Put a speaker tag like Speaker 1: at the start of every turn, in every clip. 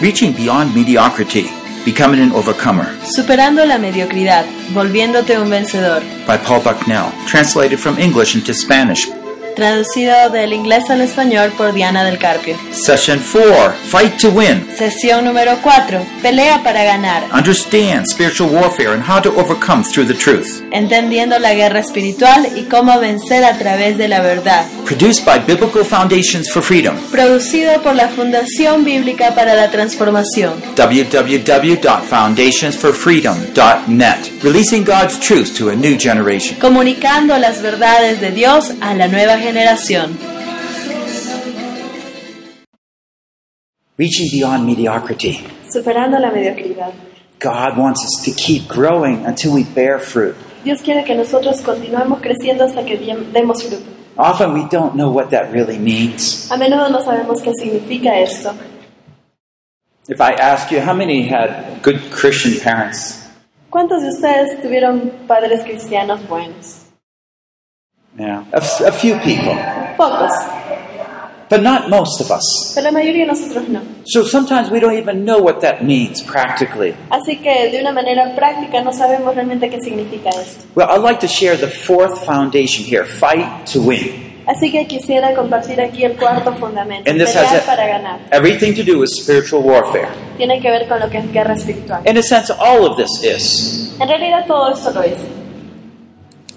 Speaker 1: Reaching Beyond Mediocrity, Becoming an Overcomer
Speaker 2: Superando la mediocridad, volviéndote un vencedor.
Speaker 1: by Paul Bucknell, translated from English into Spanish.
Speaker 2: Traducido del inglés al español por Diana del Carpio.
Speaker 1: Session 4 Fight to Win.
Speaker 2: Sesión número 4. Pelea para ganar.
Speaker 1: Understand spiritual warfare and how to overcome through the truth.
Speaker 2: Entendiendo la guerra espiritual y cómo vencer a través de la verdad.
Speaker 1: Produced by Biblical Foundations for Freedom.
Speaker 2: Producido por la Fundación Bíblica para la Transformación.
Speaker 1: www.foundationsforfreedom.net. Releasing God's truth to a new generation.
Speaker 2: Comunicando las verdades de Dios a la nueva generación.
Speaker 1: Reaching beyond mediocrity.
Speaker 3: Superando la mediocridad.
Speaker 1: God wants us to keep growing until we bear fruit.
Speaker 3: Dios quiere que nosotros continuemos creciendo hasta que bien- demos fruto.
Speaker 1: Often we don't know what that really means.
Speaker 3: A menudo no sabemos qué significa esto.
Speaker 1: If I ask you, how many had good Christian parents?
Speaker 3: ¿Cuántos de ustedes tuvieron padres cristianos buenos?
Speaker 1: Yeah, a, f- a few people,
Speaker 3: Pocos,
Speaker 1: but not most of us.
Speaker 3: pero la mayoría de nosotros no.
Speaker 1: So sometimes we don't even know what that means practically.
Speaker 3: Así que de una manera práctica no sabemos realmente qué significa esto.
Speaker 1: Well, I'd like to share the fourth foundation here fight to win.
Speaker 3: Así que quisiera compartir aquí el cuarto fundamento.
Speaker 1: And this
Speaker 3: Pelear
Speaker 1: has a-
Speaker 3: para ganar.
Speaker 1: Everything to do with spiritual warfare.
Speaker 3: Tiene que ver con lo que es guerra espiritual.
Speaker 1: In a sense, all of this is.
Speaker 3: En realidad todo esto lo es.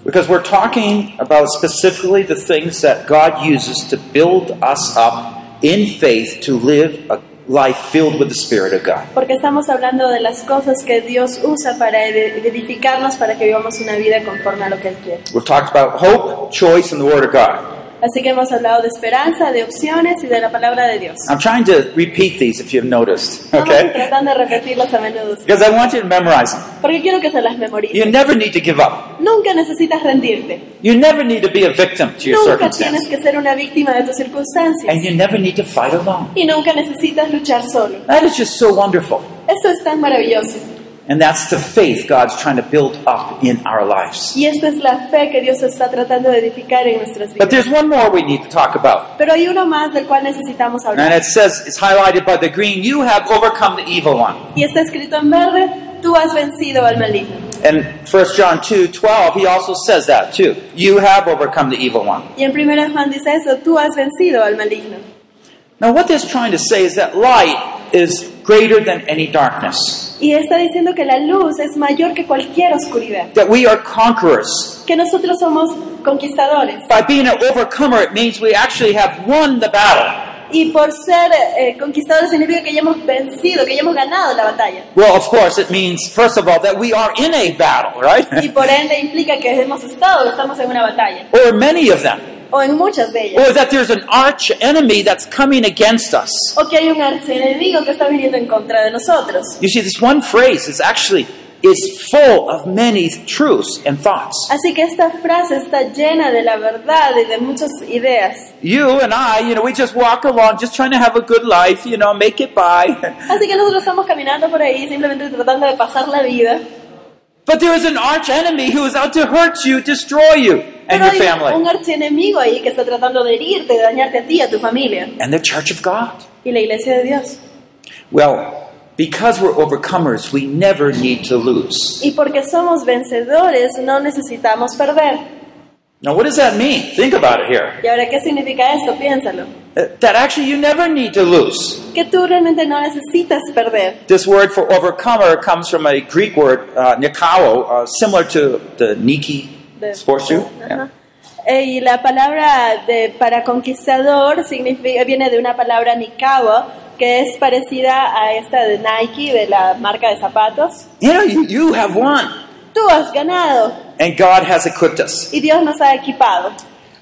Speaker 1: Because we're talking about specifically the things that God uses to build us up in faith to live a life filled with the Spirit of God.
Speaker 3: Porque estamos hablando de las cosas que Dios usa para ed- edificarnos, para que vivamos una vida conforme a lo que Él quiere.
Speaker 1: We've talked about hope, choice, and the Word of God.
Speaker 3: Así que hemos hablado de esperanza, de opciones y de la palabra de Dios.
Speaker 1: I'm trying to repeat these if you've noticed,
Speaker 3: Vamos a
Speaker 1: okay?
Speaker 3: tratar de repetirlas a menudo,
Speaker 1: Because I want you to memorize them.
Speaker 3: porque quiero que se las
Speaker 1: You
Speaker 3: memoricen.
Speaker 1: never need to give up.
Speaker 3: Nunca necesitas rendirte.
Speaker 1: You never need to be a victim to your
Speaker 3: Nunca tienes
Speaker 1: circumstances.
Speaker 3: que ser una víctima de tus circunstancias.
Speaker 1: And you never need to fight alone.
Speaker 3: Y nunca necesitas luchar solo.
Speaker 1: That is just so wonderful.
Speaker 3: Esto es tan maravilloso.
Speaker 1: And that's the faith God's trying to build up in our lives.
Speaker 3: Y esta es la fe que Dios está tratando de edificar en nuestras
Speaker 1: But
Speaker 3: vidas.
Speaker 1: there's one more we need to talk about.
Speaker 3: Pero hay uno más del cual necesitamos
Speaker 1: And
Speaker 3: hablar.
Speaker 1: it says, it's highlighted by the green, you have overcome the evil one.
Speaker 3: Y está escrito en verde, tú has vencido al maligno.
Speaker 1: And 1 John 2 12, he also says that too. You have overcome the evil one.
Speaker 3: Y en 1 Juan dice eso, tú has vencido al maligno.
Speaker 1: Now, what this is trying to say is that light is greater than any darkness,
Speaker 3: Y está diciendo que la luz es mayor que cualquier oscuridad,
Speaker 1: that we are conquerors.
Speaker 3: que nosotros somos conquistadores.
Speaker 1: By being an overcomer, it means we actually have won the battle.
Speaker 3: Y por ser eh, conquistadores significa que ya hemos vencido, que ya hemos ganado la batalla.
Speaker 1: Well, of course, it means, first of all, that we are in a battle,
Speaker 3: Y
Speaker 1: right?
Speaker 3: por ende implica que hemos estado, estamos en una batalla,
Speaker 1: or many of them.
Speaker 3: o en muchas de ellas.
Speaker 1: Or that there's an arch enemy that's coming against us.
Speaker 3: O que hay un archienemigo que está viniendo en contra de nosotros.
Speaker 1: You see, this one phrase is actually is full of many truths and thoughts.
Speaker 3: Así que esta frase está llena de la verdad y de muchas ideas.
Speaker 1: You and I, you know, we just walk along just trying to have a good life, you know, make it by.
Speaker 3: Así que nosotros estamos caminando por ahí simplemente tratando de pasar la vida.
Speaker 1: But there is an arch enemy who is out to hurt you, destroy you, and
Speaker 3: Pero
Speaker 1: your
Speaker 3: hay un
Speaker 1: family.
Speaker 3: archienemigo ahí que está tratando de herirte, de dañarte a ti, a tu familia
Speaker 1: And the church of God.
Speaker 3: y la iglesia de Dios.
Speaker 1: Well, because we're overcomers, we never need to lose.
Speaker 3: Y porque somos vencedores, no necesitamos perder.
Speaker 1: Now, what does that mean? Think about it here.
Speaker 3: ¿Y ahora qué significa esto? Piénsalo.
Speaker 1: Uh, That actually you never need to lose.
Speaker 3: Que tú realmente no necesitas perder.
Speaker 1: This word for overcomer comes from a Greek word, uh, nikao, uh, similar to the Nike
Speaker 3: The-
Speaker 1: sports shoe.
Speaker 3: Ajá. Eh, y la palabra de, para conquistador significa, viene de una palabra nikawa, que es parecida a esta de Nike, de la marca de zapatos.
Speaker 1: You know, you, you have won.
Speaker 3: Tú has ganado
Speaker 1: And God has equipped us.
Speaker 3: y Dios nos ha equipado.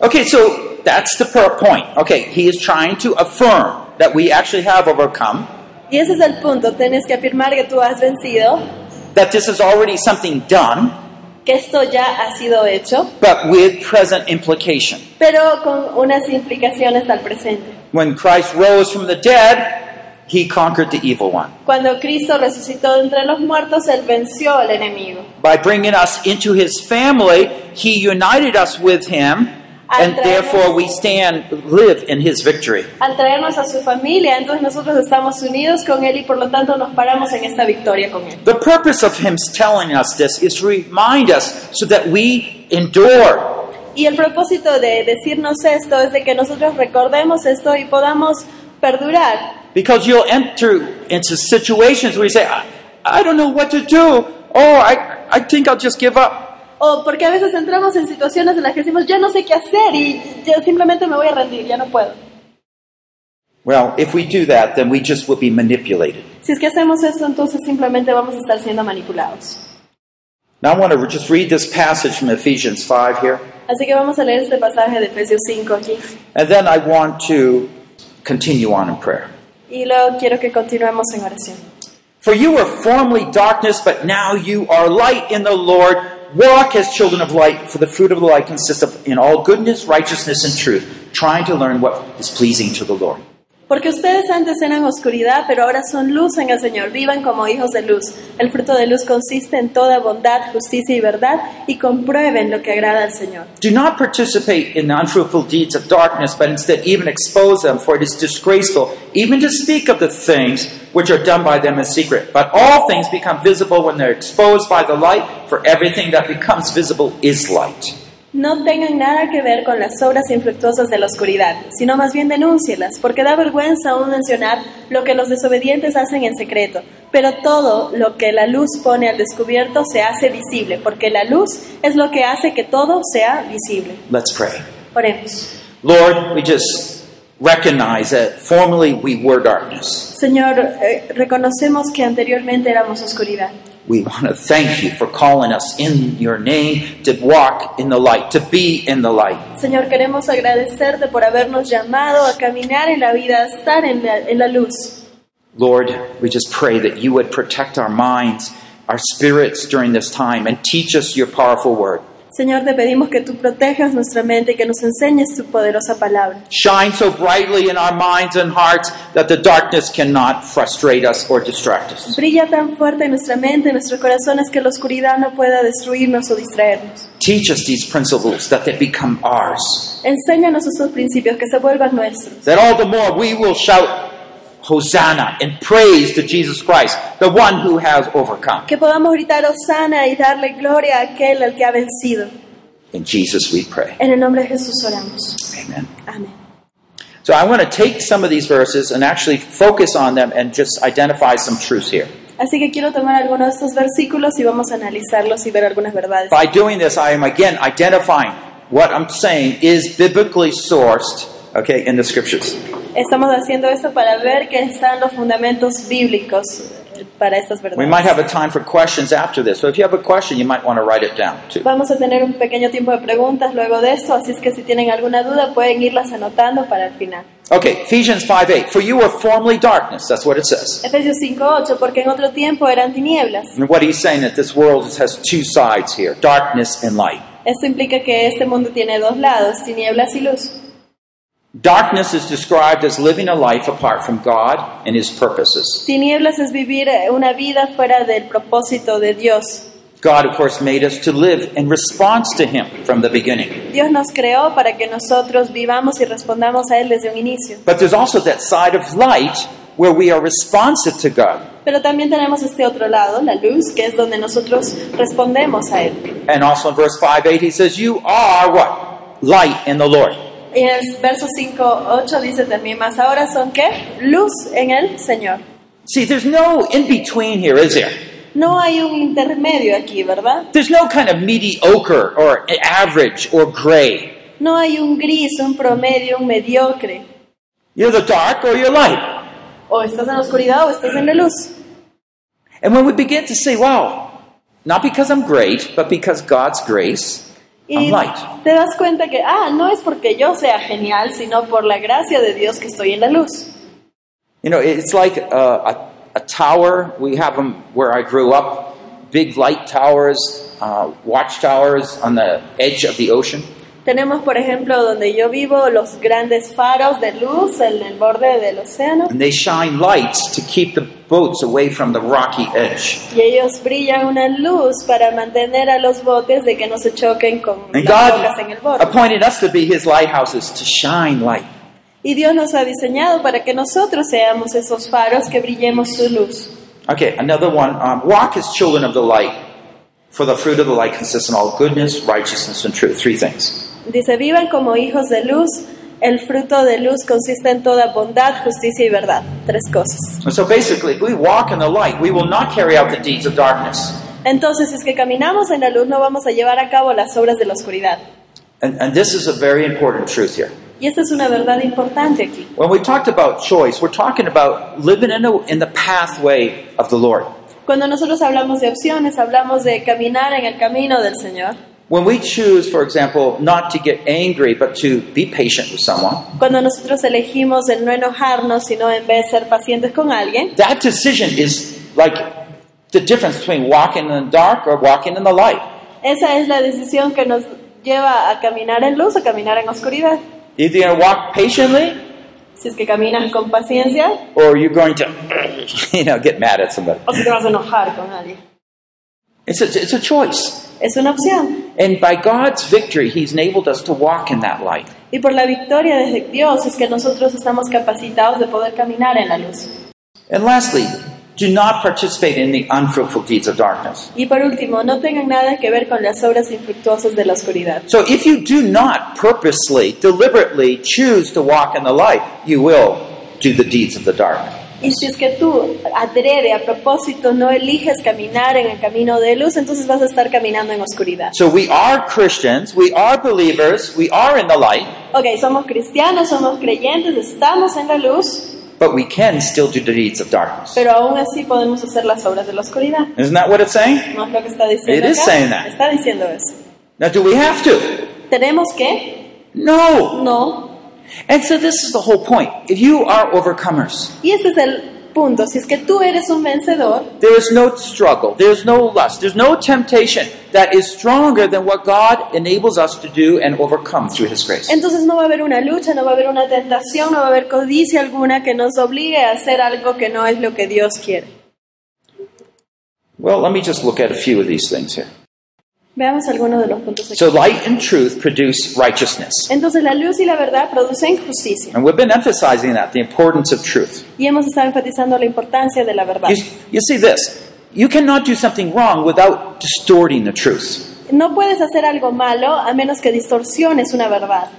Speaker 1: Okay, so that's the per- point. Okay, He is trying to affirm that we actually have overcome,
Speaker 3: Y ese es el punto, tienes que afirmar que tú has vencido,
Speaker 1: that this is already something done,
Speaker 3: que esto ya ha sido hecho,
Speaker 1: but with present implication.
Speaker 3: pero con unas implicaciones al presente.
Speaker 1: When Christ rose from the dead, he conquered the evil one
Speaker 3: Cuando Cristo resucitó de entre los muertos, Él venció al enemigo.
Speaker 1: by bringing us into his family. He united us with him
Speaker 3: al,
Speaker 1: and therefore we
Speaker 3: traernos,
Speaker 1: stand, live in his victory.
Speaker 3: al traernos a su familia. Entonces nosotros estamos unidos con Él y por lo tanto nos paramos en esta victoria con Él.
Speaker 1: The purpose of him telling us this is to remind us so that we endure.
Speaker 3: Y el propósito de decirnos esto es de que nosotros recordemos esto y podamos perdurar.
Speaker 1: Because you'll enter into situations where you say, I, I don't know what to do. Oh, I, I think I'll just give up.
Speaker 3: O porque a veces entramos en situaciones en las que decimos, ya no sé qué hacer y yo simplemente me voy a rendir, ya no puedo.
Speaker 1: Well, if we do that, then we just will be manipulated.
Speaker 3: Si es que hacemos esto, entonces simplemente vamos a estar siendo manipulados.
Speaker 1: Now I want to just read this passage from Ephesians 5 here,
Speaker 3: Así que vamos a leer este pasaje de Efesios 5 aquí.
Speaker 1: and then I want to continue on in prayer.
Speaker 3: Y luego quiero que continuemos en oración.
Speaker 1: For you were formerly darkness, but now you are light in the Lord. Walk as children of light, for the fruit of the light consists of in all goodness, righteousness, and truth, trying to learn what is pleasing to the Lord.
Speaker 3: Porque ustedes antes eran oscuridad, pero ahora son luz en el Señor. Vivan como hijos de luz. El fruto de luz consiste en toda bondad, justicia y verdad, y comprueben lo que agrada al Señor.
Speaker 1: Do not participate in the unfruitful deeds of darkness, but instead even expose them, for it is disgraceful even to speak of the things which are done by them in secret. But all things become visible when they're exposed by the light, for everything that becomes visible is light.
Speaker 3: No tengan nada que ver con las obras infructuosas de la oscuridad, sino más bien denúncielas, porque da vergüenza aún mencionar lo que los desobedientes hacen en secreto. Pero todo lo que la luz pone al descubierto se hace visible, porque la luz es lo que hace que todo sea visible.
Speaker 1: Let's pray.
Speaker 3: Oremos.
Speaker 1: Lord, we just recognize that formerly we were darkness.
Speaker 3: Señor, eh, reconocemos que anteriormente éramos oscuridad.
Speaker 1: We want to thank you for calling us in your name to walk in the light, to be in the light.
Speaker 3: Señor, queremos agradecerte por habernos llamado a caminar en la vida, a estar en la, en la luz.
Speaker 1: Lord, we just pray that you would protect our minds, our spirits during this time, and teach us your powerful word.
Speaker 3: Señor, te pedimos que tú protejas nuestra mente y que nos enseñes tu poderosa palabra.
Speaker 1: Shine so brightly in our minds and hearts that the darkness cannot frustrate us or distract us.
Speaker 3: Brilla tan fuerte en nuestra mente, en nuestros corazones, que la oscuridad no pueda destruirnos o distraernos.
Speaker 1: Teach us these principles that they become ours,
Speaker 3: Enséñanos estos principios que se vuelvan nuestros.
Speaker 1: that all the more we will shout Hosanna and praise to Jesus Christ, the one who has overcome.
Speaker 3: Que podamos gritar Osana y darle gloria a aquel al que ha vencido.
Speaker 1: In Jesus we pray.
Speaker 3: En el nombre de Jesús oramos.
Speaker 1: Amen.
Speaker 3: Amén.
Speaker 1: So I want to take some of these verses and actually focus on them and just identify some truths here.
Speaker 3: Así que quiero tomar algunos de estos versículos y vamos a analizarlos y ver algunas verdades.
Speaker 1: By doing this, I am again identifying what I'm saying is biblically sourced, okay, in the scriptures.
Speaker 3: Estamos haciendo esto para ver qué están los fundamentos bíblicos eh, para estas
Speaker 1: We might
Speaker 3: verdades.
Speaker 1: have a time for questions after this. So if you have a question, you might want to write it down too.
Speaker 3: Vamos a tener un pequeño tiempo de preguntas luego de esto, así es que si tienen alguna duda pueden irlas anotando para el final.
Speaker 1: Okay, Ephesians 5 8. For you were formerly darkness. That's what it says.
Speaker 3: Efesios 5.8, porque en otro tiempo eran tinieblas.
Speaker 1: And what he's saying that this world has two sides here darkness and light.
Speaker 3: Esto implica que este mundo tiene dos lados, tinieblas y luz.
Speaker 1: Darkness is described as living a life apart from God and his purposes.
Speaker 3: Tinieblas es vivir eh, una vida fuera del propósito de Dios.
Speaker 1: God, of course, made us to live in response to him from the beginning.
Speaker 3: Dios nos creó para que nosotros vivamos y respondamos a Él desde un inicio.
Speaker 1: But there's also that side of light where we are responsive to God
Speaker 3: Pero también tenemos este otro lado, la luz, que es donde nosotros respondemos a Él.
Speaker 1: And also in verse 5 8, he says, You are what? Light in the Lord.
Speaker 3: Y en el verso 5, 8 dice también más, ahora son qué? Luz en el Señor.
Speaker 1: See, there's no in between here, is there?
Speaker 3: No hay un intermedio aquí, ¿verdad?
Speaker 1: There's no kind of mediocre or average or gray.
Speaker 3: No hay un gris, un promedio, un mediocre.
Speaker 1: You're the dark or you're light.
Speaker 3: O estás en la oscuridad o estás en la luz.
Speaker 1: And when we begin to say, Wow, not because I'm great, but because God's grace, I'm
Speaker 3: Y
Speaker 1: light.
Speaker 3: te das cuenta que, ah, no es porque yo sea genial, sino por la gracia de Dios que estoy en la luz.
Speaker 1: You know, it's like a, a, a tower. We have them where I grew up big light towers, uh, watchtowers on the edge of the ocean.
Speaker 3: Tenemos, por ejemplo, donde yo vivo, los grandes faros de luz en el borde del océano
Speaker 1: And they shine lights to keep the boats away from the rocky edge.
Speaker 3: y ellos brillan una luz para mantener a los botes de que no se choquen con
Speaker 1: And
Speaker 3: las rocas en el
Speaker 1: God
Speaker 3: borde.
Speaker 1: appointed us to be His lighthouses to shine light.
Speaker 3: Y Dios nos ha diseñado para que nosotros seamos esos faros que brillemos su luz.
Speaker 1: Okay, another one. Um, walk as children of the light, for the fruit of the light consists in all goodness, righteousness, and truth. Three things.
Speaker 3: Dice, vivan como hijos de luz, el fruto de luz consiste en toda bondad, justicia y verdad. Tres cosas.
Speaker 1: And so basically, if we walk in the light, we will not carry out the deeds of darkness.
Speaker 3: Entonces, si es que caminamos en la luz, no vamos a llevar a cabo las obras de la oscuridad.
Speaker 1: And, and this is a very important truth here.
Speaker 3: Y esta es una verdad importante aquí.
Speaker 1: When we talked about choice, we're talking about living in, a, in the pathway of the Lord.
Speaker 3: Cuando nosotros hablamos de opciones, hablamos de caminar en el camino del Señor.
Speaker 1: When we choose, for example, not to get angry, but to be patient with someone,
Speaker 3: Cuando nosotros elegimos el no enojarnos, sino en vez ser pacientes con alguien,
Speaker 1: that decision is like the difference between walking in the dark or walking in the light.
Speaker 3: esa es la decisión que nos lleva a caminar en luz o caminar en oscuridad.
Speaker 1: Either you're going to walk patiently
Speaker 3: Si es que caminas con paciencia
Speaker 1: or you're going to, you know, get mad at somebody.
Speaker 3: o si te vas a enojar con alguien.
Speaker 1: It's a, it's a choice.
Speaker 3: Es una opción.
Speaker 1: And by God's victory, He's enabled us to walk in that light.
Speaker 3: Y por la victoria de Dios es que nosotros estamos capacitados de poder caminar en la luz.
Speaker 1: And lastly, do not participate in the unfruitful deeds of darkness.
Speaker 3: Y por último, no tengan nada que ver con las obras infructuosas de la oscuridad.
Speaker 1: So if you do not purposely, deliberately choose to walk in the light, you will do the deeds of the dark.
Speaker 3: Y si es que tú adrede, a propósito, no eliges caminar en el camino de luz, entonces vas a estar caminando en oscuridad.
Speaker 1: So we are Christians, we are believers, we are in the light,
Speaker 3: Ok, somos cristianos, somos creyentes, estamos en la luz,
Speaker 1: but we can still do the deeds of darkness.
Speaker 3: pero aún así podemos hacer las obras de la oscuridad.
Speaker 1: Isn't that what it's saying?
Speaker 3: No es lo que está diciendo.
Speaker 1: It is
Speaker 3: acá,
Speaker 1: saying that.
Speaker 3: Está diciendo eso.
Speaker 1: Now, do we have to?
Speaker 3: ¿Tenemos que?
Speaker 1: No.
Speaker 3: No.
Speaker 1: And so this is the whole point. If you are overcomers,
Speaker 3: Y ese es el punto. Si es que tú eres un vencedor,
Speaker 1: there is no struggle, there's no lust, there's no temptation that is stronger than what God enables us to do and overcome through His grace.
Speaker 3: Entonces no va a haber una lucha, no va a haber una tentación, no va a haber codicia alguna que nos obligue a hacer algo que no es lo que Dios quiere.
Speaker 1: Well, let me just look at a few of these things here.
Speaker 3: Veamos algunos de los puntos aquí.
Speaker 1: So light and truth produce righteousness.
Speaker 3: Entonces la luz y la verdad producen justicia.
Speaker 1: And we've been emphasizing that, the importance of truth.
Speaker 3: Y hemos estado enfatizando la importancia de la verdad.
Speaker 1: You, you see this, you cannot do something wrong without distorting the truth.
Speaker 3: No puedes hacer algo malo a menos que distorsiones una verdad.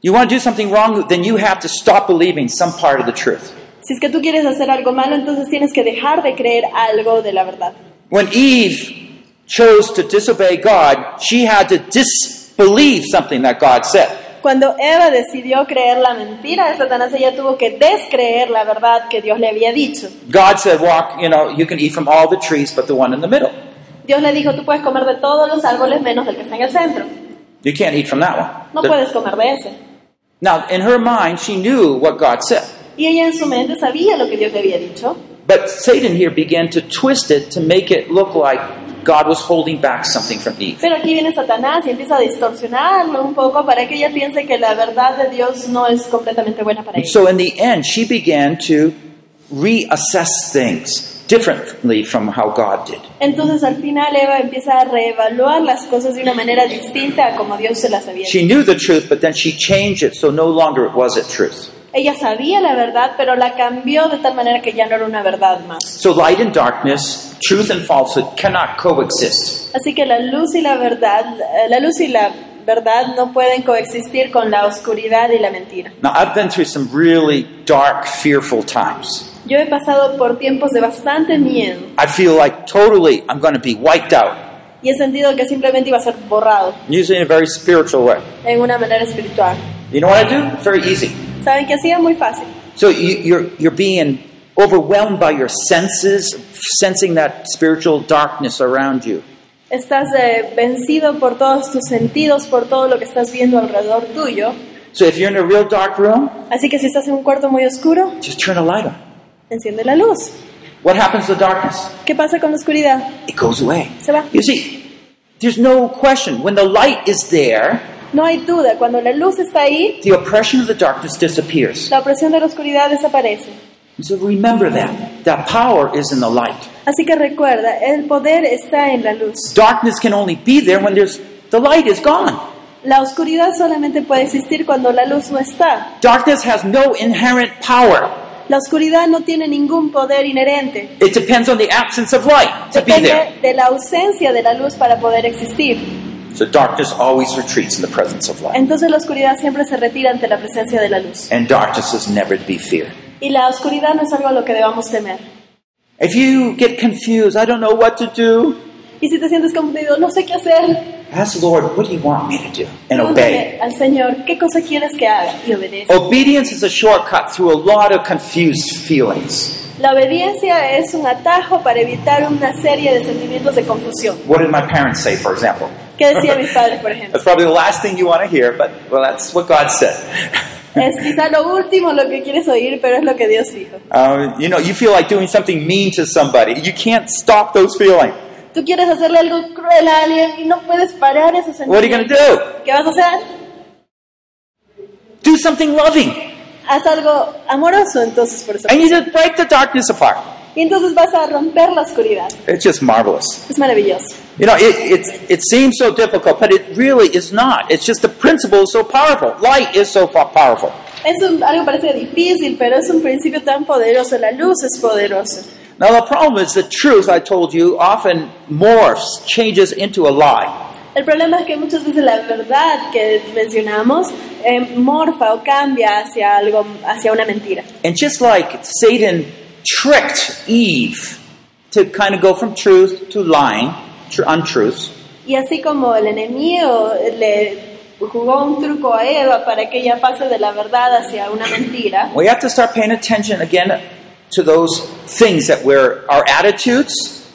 Speaker 1: You want to do something wrong, then you have to stop believing some part of the truth.
Speaker 3: Si es que tú quieres hacer algo malo, entonces tienes que dejar de creer algo de la verdad.
Speaker 1: When Eve chose to disobey God, she had to disbelieve something that God said.
Speaker 3: Cuando Eva decidió creer la mentira de Satanás, ella tuvo que descreer la verdad que Dios le había dicho.
Speaker 1: God said, Walk, you know, you can eat from all the trees but the one in the middle.
Speaker 3: Dios le dijo, tú puedes comer de todos los árboles menos del que está en el centro.
Speaker 1: You can't eat from that
Speaker 3: No
Speaker 1: one. The-
Speaker 3: puedes comer de ese.
Speaker 1: now, in her mind, she knew what God said.
Speaker 3: Y ella en su mente sabía lo que Dios le había dicho.
Speaker 1: But Satan here began to twist it to make it look like God was holding back something from Eve.
Speaker 3: Pero aquí viene Satanás y empieza a distorsionarlo un poco para que ella piense que la verdad de Dios no es completamente buena para
Speaker 1: And
Speaker 3: ella.
Speaker 1: so, in the end, she began to reassess things differently from how God did.
Speaker 3: Entonces al final Eva empieza a reevaluar las cosas de una manera distinta a como Dios se las había dicho.
Speaker 1: She knew the truth, but then she changed it so no longer it was it truth.
Speaker 3: Ella sabía la verdad, pero la cambió de tal manera que ya no era una verdad más.
Speaker 1: So, light and darkness, truth and falsehood cannot coexist.
Speaker 3: Así que la luz y la verdad, eh, la luz y la verdad no pueden coexistir con la oscuridad y la mentira.
Speaker 1: Now, I've been through some really dark, fearful times.
Speaker 3: Yo he pasado por tiempos de bastante miedo
Speaker 1: I feel like totally I'm going to be wiped out,
Speaker 3: y he sentido que simplemente iba a ser borrado
Speaker 1: usually in a very spiritual way.
Speaker 3: en una manera espiritual.
Speaker 1: You know what I do? Very easy.
Speaker 3: Saben que hacía muy fácil.
Speaker 1: So you, you're you're being overwhelmed by your senses, sensing that spiritual darkness around you.
Speaker 3: Estás eh, vencido por todos tus sentidos, por todo lo que estás viendo alrededor tuyo.
Speaker 1: So if you're in a real dark room,
Speaker 3: Así que si estás en un cuarto muy oscuro,
Speaker 1: just turn a light on.
Speaker 3: enciende la luz.
Speaker 1: What happens to darkness?
Speaker 3: ¿Qué pasa con la oscuridad?
Speaker 1: It goes away.
Speaker 3: Se va.
Speaker 1: You see, There's no question. When the light is there,
Speaker 3: No hay duda, cuando la luz está ahí,
Speaker 1: the oppression of the darkness disappears.
Speaker 3: la opresión de la oscuridad desaparece.
Speaker 1: And so remember that. That power is in the light.
Speaker 3: Así que recuerda, el poder está en la luz.
Speaker 1: Darkness can only be there when there's the light is gone.
Speaker 3: La oscuridad solamente puede existir cuando la luz no está.
Speaker 1: Darkness has no inherent power.
Speaker 3: La oscuridad no tiene ningún poder inherente.
Speaker 1: It depends on the absence of light to be there.
Speaker 3: Depende de la ausencia de la luz para poder existir.
Speaker 1: So darkness always retreats in the presence of light.
Speaker 3: Entonces la oscuridad siempre se retira ante la presencia de la luz.
Speaker 1: And darkness is never to be feared.
Speaker 3: Y la oscuridad no es algo a lo que debamos temer.
Speaker 1: If you get confused, I don't know what to do,
Speaker 3: Y si te sientes confundido, no sé qué hacer,
Speaker 1: ask the Lord, what do you want me to do? And obey.
Speaker 3: pregúntale al Señor, ¿qué cosa quieres que haga? Y obedece.
Speaker 1: Obedience is a shortcut through a lot of confused feelings.
Speaker 3: La obediencia es un atajo para evitar una serie de sentimientos de confusión.
Speaker 1: What did my parents say, for example?
Speaker 3: ¿Qué decían mis padres, por ejemplo?
Speaker 1: That's probably the last thing you want to hear, but well, that's what God said.
Speaker 3: Es quizá lo último lo que quieres oír, pero es lo que Dios dijo.
Speaker 1: Um, you know, you feel like doing something mean to somebody. You can't stop those feelings.
Speaker 3: Tú quieres hacerle algo cruel a alguien y no puedes parar esos
Speaker 1: What are you going
Speaker 3: sentimientos.
Speaker 1: to do?
Speaker 3: ¿Qué vas a hacer?
Speaker 1: Do something loving.
Speaker 3: Haz algo amoroso entonces por eso.
Speaker 1: And you just break the darkness apart.
Speaker 3: Y entonces vas a romper la oscuridad.
Speaker 1: It's just marvelous.
Speaker 3: Es maravilloso.
Speaker 1: You know, it, it, it seems so difficult, but it really is not. It's just the principle is so powerful. Light is so fo- powerful.
Speaker 3: Es un- algo parece difícil, pero es un principio tan poderoso. La luz es poderosa.
Speaker 1: Now, the problem is the truth, I told you, often morphs, changes into a lie.
Speaker 3: El problema es que muchas veces la verdad que mencionamos eh, morfa o cambia hacia algo, hacia una mentira.
Speaker 1: And just like Satan tricked Eve to kind of go from truth to lying, tr- untruths,
Speaker 3: Y así como el enemigo le jugó un truco a Eva para que ella pase de la verdad hacia una mentira,
Speaker 1: we have to start paying attention again to those things that we're, our attitudes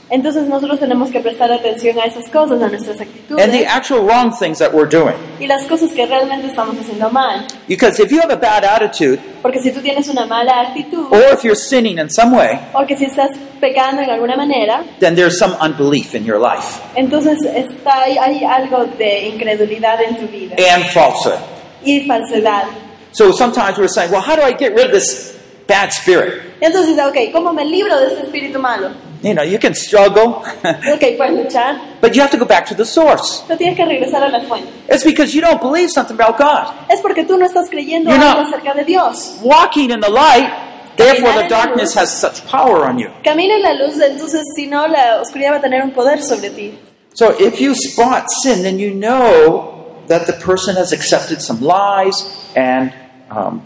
Speaker 3: entonces nosotros tenemos que prestar atención a esas cosas, a nuestras
Speaker 1: and the
Speaker 3: actitudes
Speaker 1: actual wrong things that we're doing.
Speaker 3: y las cosas que realmente estamos haciendo mal.
Speaker 1: Because if you have a bad attitude,
Speaker 3: Porque si tú tienes una mala actitud
Speaker 1: or if you're sinning in some way,
Speaker 3: o que si estás pecando en alguna manera,
Speaker 1: then there's some unbelief in your life
Speaker 3: entonces está, hay, hay algo de incredulidad en tu vida
Speaker 1: and falsehood.
Speaker 3: y falsedad.
Speaker 1: So sometimes we're saying, well, how do I get rid of this bad spirit?
Speaker 3: Entonces, ah, ok, ¿cómo me libro de este espíritu malo?
Speaker 1: You know, you can struggle,
Speaker 3: Ok, puedes luchar,
Speaker 1: but you have to go back to the source.
Speaker 3: pero tienes que regresar a la fuente.
Speaker 1: It's because you don't believe something about God.
Speaker 3: Es porque tú no estás creyendo
Speaker 1: You're
Speaker 3: algo
Speaker 1: not-
Speaker 3: acerca de Dios.
Speaker 1: Walking in the light, therefore
Speaker 3: Caminar
Speaker 1: the
Speaker 3: en la
Speaker 1: darkness
Speaker 3: luz.
Speaker 1: has such power on you.
Speaker 3: Camina en la luz, entonces si no, la oscuridad va a tener un poder sobre ti.
Speaker 1: So if you spot sin, then you know that the person has accepted some lies and um,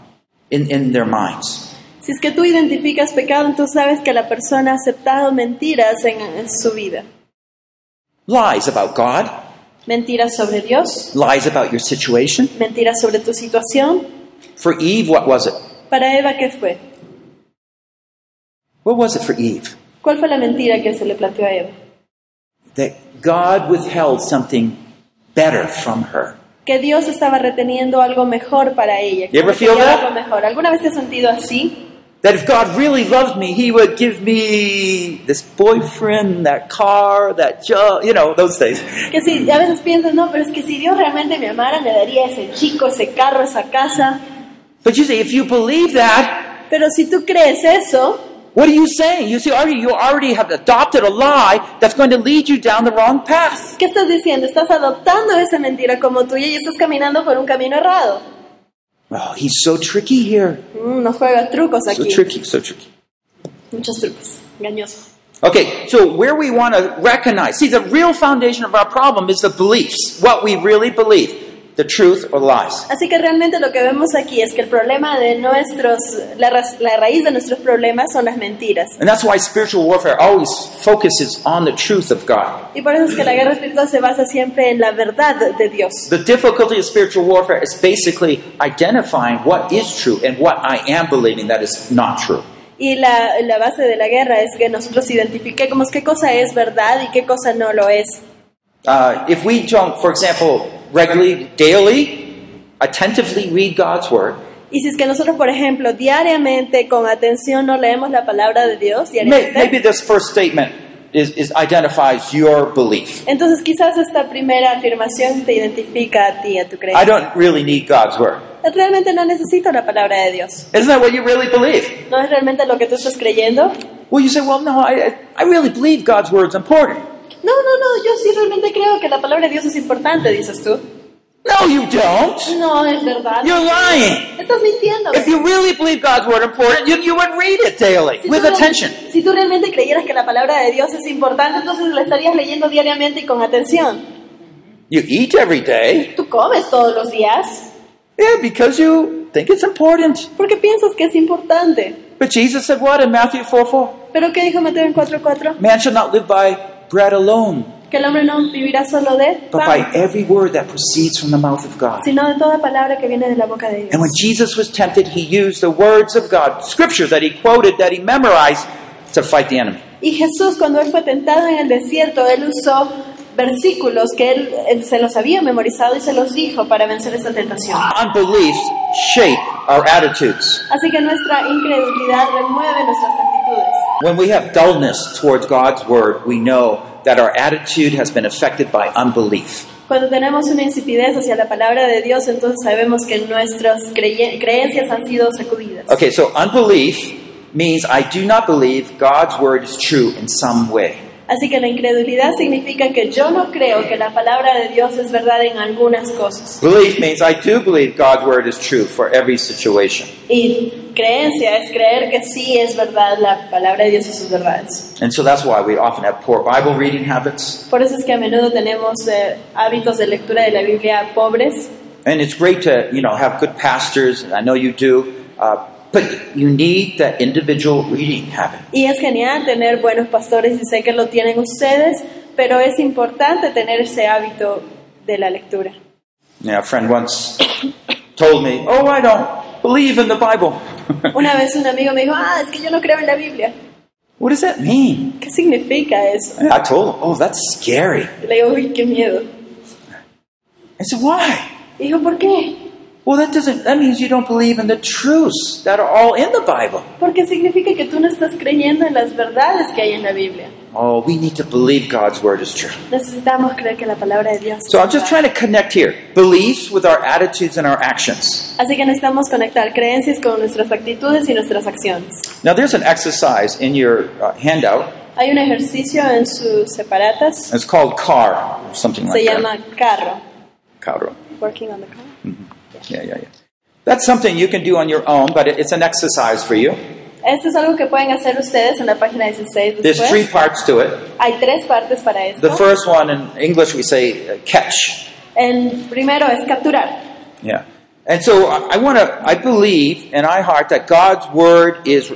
Speaker 1: in, in their minds.
Speaker 3: Si es que tú identificas pecado, entonces sabes que la persona ha aceptado mentiras en, en su vida.
Speaker 1: Lies about God,
Speaker 3: Mentiras sobre Dios,
Speaker 1: lies about your situation.
Speaker 3: mentiras sobre tu situación.
Speaker 1: For Eve, what was it?
Speaker 3: Para Eva, ¿qué fue?
Speaker 1: What was it for Eve?
Speaker 3: ¿Cuál fue la mentira que se le planteó a Eva?
Speaker 1: That God withheld something better from her.
Speaker 3: Que Dios estaba reteniendo algo mejor para ella. Que
Speaker 1: You ever feel
Speaker 3: tenía
Speaker 1: that?
Speaker 3: algo mejor. ¿Alguna vez te has sentido así?
Speaker 1: That if God really loved me, He would give me this boyfriend, that car, that job, you know, those things.
Speaker 3: Que si a veces piensas, no, pero es que si Dios realmente me amara, me daría ese chico, ese carro, esa casa.
Speaker 1: But you see, if you believe that,
Speaker 3: Pero si tú crees eso,
Speaker 1: what are you saying? You see, already you already have adopted a lie that's going to lead you down the wrong path.
Speaker 3: ¿qué estás diciendo? Estás adoptando esa mentira como tuya y estás caminando por un camino errado.
Speaker 1: Oh, he's so tricky here.
Speaker 3: Mm, nos juega trucos
Speaker 1: So
Speaker 3: aquí.
Speaker 1: tricky, so tricky.
Speaker 3: Muchos trucos. Engañoso.
Speaker 1: Okay, so where we want to recognize, see, the real foundation of our problem is the beliefs, what we really believe, the truth or lies.
Speaker 3: Así que realmente lo que vemos aquí es que el problema de nuestros, la, ra- la raíz de nuestros problemas son las mentiras.
Speaker 1: And that's why spiritual warfare always focuses on the truth of God.
Speaker 3: Y por eso es que la guerra espiritual se basa siempre en la verdad de Dios.
Speaker 1: The difficulty of spiritual warfare is basically identifying what is true and what I am believing that is not true.
Speaker 3: Y la, la base de la guerra es que nosotros identifiquemos qué cosa es verdad y qué cosa no lo es.
Speaker 1: Uh, if we don't, for example, regularly, daily, attentively read God's word,
Speaker 3: Y si es que nosotros, por ejemplo, diariamente con atención no leemos la palabra de Dios,
Speaker 1: may,
Speaker 3: diariamente,
Speaker 1: maybe this first statement is, is identifies your belief.
Speaker 3: Entonces quizás esta primera afirmación te identifica a ti, a tu
Speaker 1: I
Speaker 3: creencia.
Speaker 1: don't really need God's word.
Speaker 3: Realmente no necesito la palabra de Dios.
Speaker 1: Isn't that what you really believe?
Speaker 3: ¿No es realmente lo que tú estás creyendo?
Speaker 1: Well, you say, well, no, I, I- I really believe God's word's important.
Speaker 3: No, no, no, yo sí realmente creo que la palabra de Dios es importante, dices tú.
Speaker 1: No, you don't.
Speaker 3: No, es verdad.
Speaker 1: You're lying.
Speaker 3: Estás mintiendo.
Speaker 1: If you really believe God's word important, you, you would read it daily
Speaker 3: Si tú
Speaker 1: with
Speaker 3: realmente-
Speaker 1: attention.
Speaker 3: Si tú realmente creyeras que la palabra de Dios es importante, entonces la estarías leyendo diariamente y con atención.
Speaker 1: You eat every day.
Speaker 3: Tú comes todos los días
Speaker 1: Yeah, because you think it's important.
Speaker 3: porque piensas que es importante.
Speaker 1: But Jesus said what in Matthew 4 4?
Speaker 3: ¿Pero qué dijo Mateo en 4.4?
Speaker 1: Man shall not live by bread alone,
Speaker 3: Que el hombre no vivirá solo de
Speaker 1: but by
Speaker 3: pan,
Speaker 1: every word that proceeds from the mouth of God.
Speaker 3: sino de toda palabra que viene de la boca de
Speaker 1: And when
Speaker 3: Dios.
Speaker 1: Jesus was tempted, he used the words of God, scriptures that he quoted, that he memorized, to fight the enemy.
Speaker 3: Y Jesús, cuando él fue tentado en el desierto, él usó versículos que él, él se los había memorizado y se los dijo para vencer esta tentación.
Speaker 1: Unbeliefs shape our attitudes.
Speaker 3: Así que nuestra incredulidad remueve nuestras actitudes.
Speaker 1: When we have dullness towards God's word, we know that our attitude has been affected by unbelief.
Speaker 3: Cuando tenemos una insipidez hacia la palabra de Dios, entonces sabemos que nuestras creye- creencias han sido sacudidas.
Speaker 1: Okay, so unbelief means I do not believe God's word is true in some way.
Speaker 3: Así que la incredulidad significa que yo no creo que la palabra de Dios es verdad en algunas cosas.
Speaker 1: Belief means I do believe God's word is true for every situation.
Speaker 3: Y creencia es creer que sí es verdad la palabra de Dios y sus verdades.
Speaker 1: And so that's why we often have poor Bible reading habits.
Speaker 3: Por eso es que a menudo tenemos eh, hábitos de lectura de la Biblia pobres.
Speaker 1: And it's great to, you know, have good pastors, and I know you do, uh, but you need that individual reading habit.
Speaker 3: Y es genial tener buenos pastores y sé que lo tienen ustedes, pero es importante tener ese hábito de la lectura.
Speaker 1: You know, a friend once told me, Oh, I don't believe in the Bible.
Speaker 3: Una vez un amigo me dijo, ah, es que yo no creo en la Biblia.
Speaker 1: what does that mean?
Speaker 3: ¿Qué significa eso?
Speaker 1: And I told him, Oh, that's scary.
Speaker 3: Y Le digo, uy, qué miedo.
Speaker 1: I said, Why?
Speaker 3: Y dijo, ¿por qué?
Speaker 1: Well, that doesn't, that means you don't believe in the truths that are all in the Bible.
Speaker 3: Porque significa que tú no estás creyendo en las verdades que hay en la Biblia.
Speaker 1: Oh, we need to believe God's word is true.
Speaker 3: Necesitamos creer que la palabra de Dios. es
Speaker 1: So I'm just
Speaker 3: verdad.
Speaker 1: trying to connect here beliefs with our attitudes and our actions.
Speaker 3: Así que necesitamos conectar creencias con nuestras actitudes y nuestras acciones.
Speaker 1: Now, there's an exercise in your uh, handout.
Speaker 3: Hay un ejercicio en sus separatas,
Speaker 1: It's called CAR, or something like
Speaker 3: se
Speaker 1: that.
Speaker 3: llama carro.
Speaker 1: Caro.
Speaker 3: Working on the car.
Speaker 1: Yeah, yeah, yeah. That's something you can do on your own, but it- it's an exercise for you.
Speaker 3: Esto es algo que pueden hacer ustedes en la página 16
Speaker 1: There's three
Speaker 3: después.
Speaker 1: parts to it.
Speaker 3: Hay tres partes para esto.
Speaker 1: The first one in English we say uh, catch.
Speaker 3: El primero es capturar.
Speaker 1: Yeah. And so I, I want to. I believe in my heart that God's word is.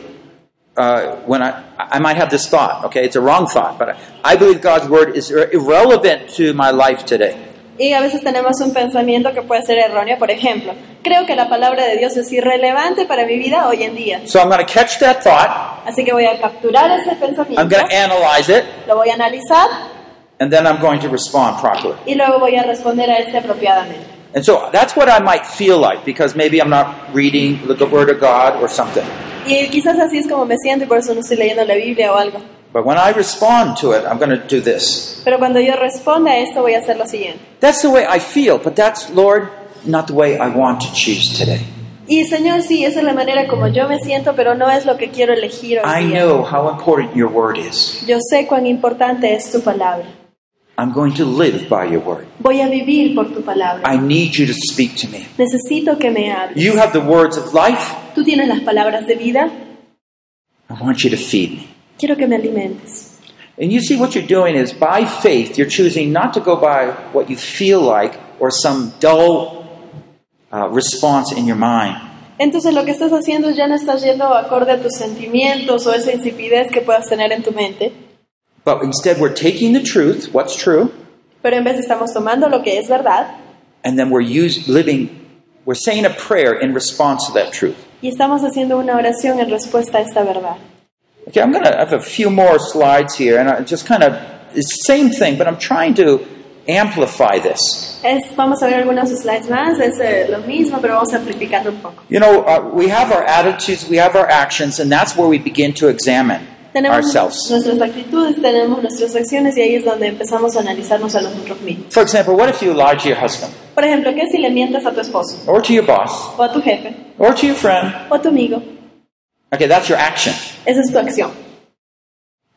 Speaker 1: Uh, when I I might have this thought, okay, it's a wrong thought, but I, I believe God's word is ir- irrelevant to my life today.
Speaker 3: Y a veces tenemos un pensamiento que puede ser erróneo, por ejemplo, creo que la palabra de Dios es irrelevante para mi vida hoy en día,
Speaker 1: So I'm going to catch that thought.
Speaker 3: así que voy a capturar ese
Speaker 1: I'm
Speaker 3: pensamiento,
Speaker 1: going to analyze it,
Speaker 3: lo voy a analizar
Speaker 1: and then I'm going to respond properly.
Speaker 3: y luego voy a responder a este apropiadamente.
Speaker 1: And so that's what I might feel like because maybe I'm not reading the Word of God or something.
Speaker 3: Y quizás así es como me siento y por eso no estoy leyendo la Biblia o algo.
Speaker 1: But when I respond to it, I'm going to do this.
Speaker 3: Pero cuando yo responda a esto voy a hacer lo siguiente.
Speaker 1: That's the way I feel, but that's, Lord, not the way I want to choose today.
Speaker 3: Y Señor, sí, esa es la manera como yo me siento, pero no es lo que quiero
Speaker 1: I
Speaker 3: elegir hoy día.
Speaker 1: know how important your Word is.
Speaker 3: Yo sé cuán importante es tu palabra.
Speaker 1: I'm going to live by your Word.
Speaker 3: Voy a vivir por tu palabra.
Speaker 1: I need you to speak to me.
Speaker 3: Necesito que me hables.
Speaker 1: You have the words of life.
Speaker 3: Tú tienes las palabras de vida.
Speaker 1: I want you to feed me.
Speaker 3: Quiero que me alimentes.
Speaker 1: And you see, what you're doing is by faith, you're choosing not to go by what you feel like or some dull uh, response in your mind.
Speaker 3: Entonces lo que estás haciendo ya no estás yendo acorde a tus sentimientos o esa insipidez que puedas tener en tu mente,
Speaker 1: But instead, we're taking the truth, what's true,
Speaker 3: pero en vez estamos tomando lo que es verdad
Speaker 1: and then we're use, living, we're saying a prayer in response to that truth.
Speaker 3: y estamos haciendo una oración en respuesta a esta verdad.
Speaker 1: Okay, I'm going to have a few more slides here, and I just kind of, it's the same thing, but I'm trying to amplify this.
Speaker 3: Es, vamos a ver algunos slides más, es eh, lo mismo, pero vamos a amplificarlo un poco.
Speaker 1: You know, uh, we have our attitudes, we have our actions, and that's where we begin to examine.
Speaker 3: Tenemos
Speaker 1: Ourselves.
Speaker 3: nuestras actitudes, tenemos nuestras acciones y ahí es donde empezamos a analizarnos a nosotros mismos.
Speaker 1: For example, what if you lie to your husband,
Speaker 3: Por ejemplo, ¿qué si le mientes a tu esposo?
Speaker 1: or to your boss,
Speaker 3: O a tu jefe,
Speaker 1: or to your friend?
Speaker 3: o a tu amigo.
Speaker 1: Okay, that's your action,
Speaker 3: Esa es tu acción.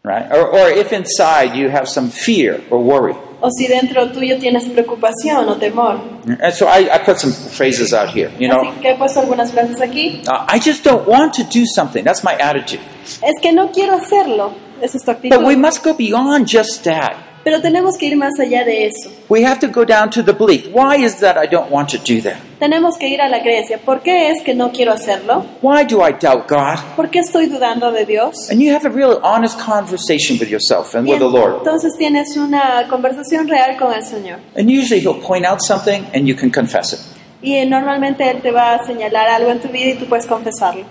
Speaker 1: right? Or, or if inside you have some fear or worry.
Speaker 3: O si dentro tuyo tienes preocupación o temor.
Speaker 1: And so I, I put some phrases out here, you know.
Speaker 3: Así que he puesto algunas frases aquí.
Speaker 1: Uh, I just don't want to do something. That's my attitude.
Speaker 3: Es que no quiero hacerlo. Esa es tu actitud.
Speaker 1: But we must go beyond just that.
Speaker 3: Pero tenemos que ir más allá de eso.
Speaker 1: We have to go down to the belief. Why is that I don't want to do that?
Speaker 3: Tenemos que ir a la creencia. ¿Por qué es que no quiero hacerlo?
Speaker 1: Why do I doubt God?
Speaker 3: ¿Por qué estoy dudando de Dios?
Speaker 1: And you have a real honest conversation with yourself and
Speaker 3: Y
Speaker 1: with the Lord.
Speaker 3: entonces tienes una conversación real con el Señor.
Speaker 1: And usually He'll point out something and you can confess it.
Speaker 3: Y eh, normalmente Él te va a señalar algo en tu vida y tú puedes confesarlo.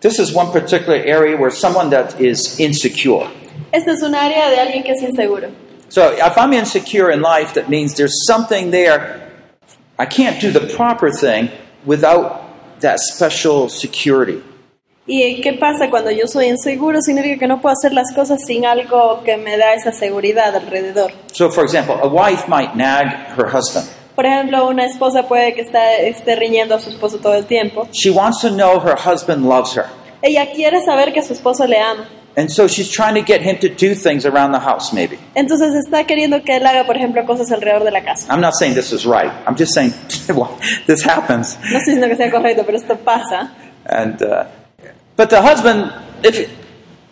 Speaker 1: This is one particular area where someone that is insecure.
Speaker 3: Esta es un área de alguien que es inseguro.
Speaker 1: So if I'm insecure in life, that means there's something there. I can't do the proper thing without that special security.
Speaker 3: ¿Y eh, qué pasa cuando yo soy inseguro? Significa que no puedo hacer las cosas sin algo que me da esa seguridad alrededor.
Speaker 1: So, for example, a wife might nag her husband.
Speaker 3: Por ejemplo, una esposa puede que está, esté riñendo a su esposo todo el tiempo.
Speaker 1: She wants to know her husband loves her.
Speaker 3: Ella quiere saber que su esposo le ama.
Speaker 1: And so she's trying to get him to do things around the house, maybe.
Speaker 3: Entonces está queriendo que él haga, por ejemplo, cosas alrededor de la casa.
Speaker 1: I'm not saying this is right. I'm just saying well, this happens.
Speaker 3: No estoy diciendo que sea correcto, pero esto pasa.
Speaker 1: And uh, but the husband, if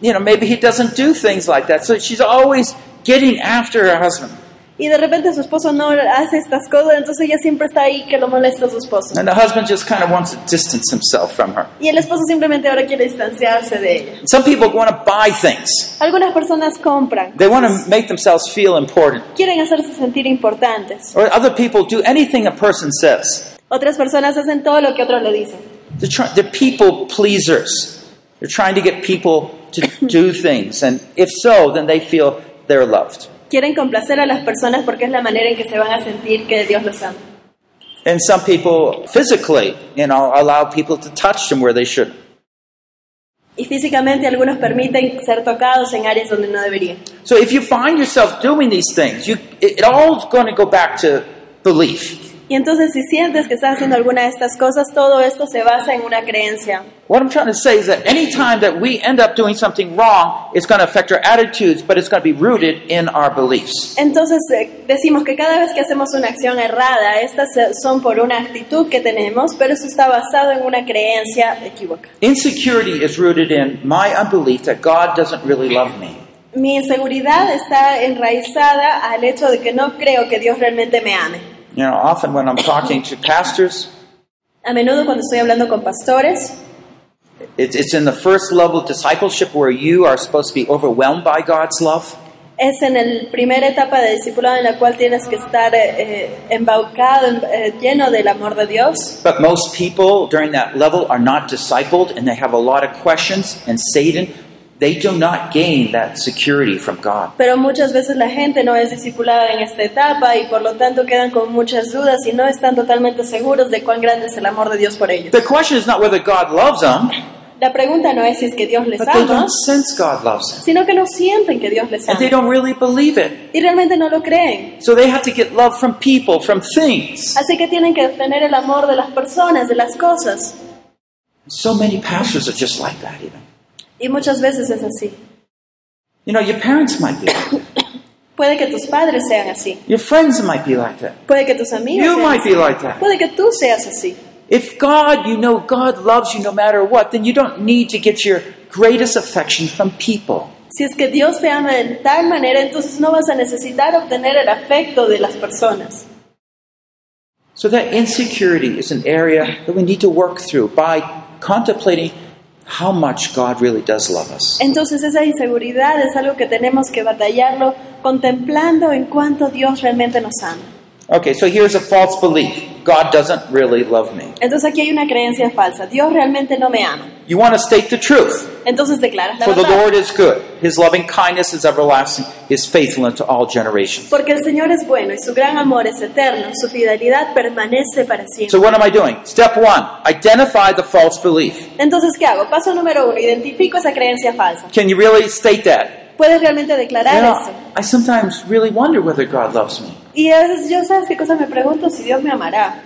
Speaker 1: you know, maybe he doesn't do things like that. So she's always getting after her husband.
Speaker 3: Y de repente su esposo no hace estas cosas, entonces ella siempre está ahí que lo molesta a su esposo.
Speaker 1: And the husband just kind of wants to distance himself from her.
Speaker 3: Y el esposo simplemente ahora quiere distanciarse de ella.
Speaker 1: Some people want to buy things.
Speaker 3: Algunas personas compran,
Speaker 1: They want to make themselves feel important.
Speaker 3: quieren hacerse sentir importantes.
Speaker 1: Or other people do anything a person says.
Speaker 3: Otras personas hacen todo lo que otros le dicen.
Speaker 1: They're, try- they're people pleasers. They're trying to get people to do things. And if so, then they feel they're loved.
Speaker 3: Quieren complacer a las personas porque es la manera en que se van a sentir que Dios los ama.
Speaker 1: And some people physically, you know, allow people to touch them where they shouldn't.
Speaker 3: Y físicamente algunos permiten ser tocados en áreas donde no deberían.
Speaker 1: So if you find yourself doing these things, you, it, it all's going to go back to belief.
Speaker 3: Y entonces si sientes que estás haciendo alguna de estas cosas, todo esto se basa en una creencia.
Speaker 1: What I'm trying to say is that any time that we end up doing something wrong, it's going to affect our attitudes, but it's going to be rooted in our beliefs.
Speaker 3: Entonces eh, decimos que cada vez que hacemos una acción errada, estas eh, son por una actitud que tenemos, pero eso está basado en una creencia equívoca.
Speaker 1: Insecurity is rooted in my unbelief that God doesn't really love me.
Speaker 3: Mi inseguridad está enraizada al hecho de que no creo que Dios realmente me ame.
Speaker 1: You know, often when I'm talking to pastors,
Speaker 3: A menudo cuando estoy hablando con pastores,
Speaker 1: it's, it's in the first level of discipleship where you are supposed to be overwhelmed by God's love.
Speaker 3: es en la primera etapa de discipulado en la cual tienes que estar eh, eh, embaucado, em- eh, lleno del amor de Dios.
Speaker 1: But most people during that level are not discipled and they have a lot of questions, and Satan, they do not gain that security from God.
Speaker 3: Pero muchas veces la gente no es discipulada en esta etapa y por lo tanto quedan con muchas dudas y no están totalmente seguros de cuán grande es el amor de Dios por ellos.
Speaker 1: The question is not whether God loves them,
Speaker 3: La pregunta no es si es que Dios les
Speaker 1: but they
Speaker 3: ama,
Speaker 1: don't sense God loves them.
Speaker 3: sino que no sienten que Dios les
Speaker 1: And they
Speaker 3: ama
Speaker 1: don't really believe it.
Speaker 3: y realmente no lo creen.
Speaker 1: So they have to get love from people, from things.
Speaker 3: Así que tienen que obtener el amor de las personas, de las cosas.
Speaker 1: So many pastors are just like that, even.
Speaker 3: Y muchas veces es así.
Speaker 1: You know, your parents might be like that.
Speaker 3: Puede que tus padres sean así,
Speaker 1: Your friends might be like that.
Speaker 3: puede que tus amigos
Speaker 1: You
Speaker 3: sean
Speaker 1: might
Speaker 3: así,
Speaker 1: be like that.
Speaker 3: puede que tú seas así.
Speaker 1: If God, you know, God loves you no matter what, then you don't need to get your greatest affection from people.
Speaker 3: Si es que Dios te ama de tal manera, entonces no vas a necesitar obtener el afecto de las personas.
Speaker 1: So that insecurity is an area that we need to work through by contemplating how much God really does love us.
Speaker 3: Entonces esa inseguridad es algo que tenemos que batallarlo contemplando en cuánto Dios realmente nos ama.
Speaker 1: Okay, so here's a false belief. God doesn't really love me.
Speaker 3: Entonces aquí hay una creencia falsa. Dios realmente no me ama.
Speaker 1: You want to state the truth.
Speaker 3: Entonces declaras la
Speaker 1: For the
Speaker 3: verdad.
Speaker 1: Lord is good. His loving kindness is everlasting. His faithfulness to all generations.
Speaker 3: Porque el Señor es bueno y su gran amor es eterno, su fidelidad permanece para siempre.
Speaker 1: So what am I doing? Step one, identify the false belief.
Speaker 3: Entonces, ¿qué hago? Paso número uno, identifico esa creencia falsa.
Speaker 1: Can you really state that?
Speaker 3: ¿Puedes realmente declarar
Speaker 1: You know,
Speaker 3: eso?
Speaker 1: I sometimes really wonder whether God loves me.
Speaker 3: Y a veces yo, ¿sabes qué cosa me pregunto? Si Dios me amará.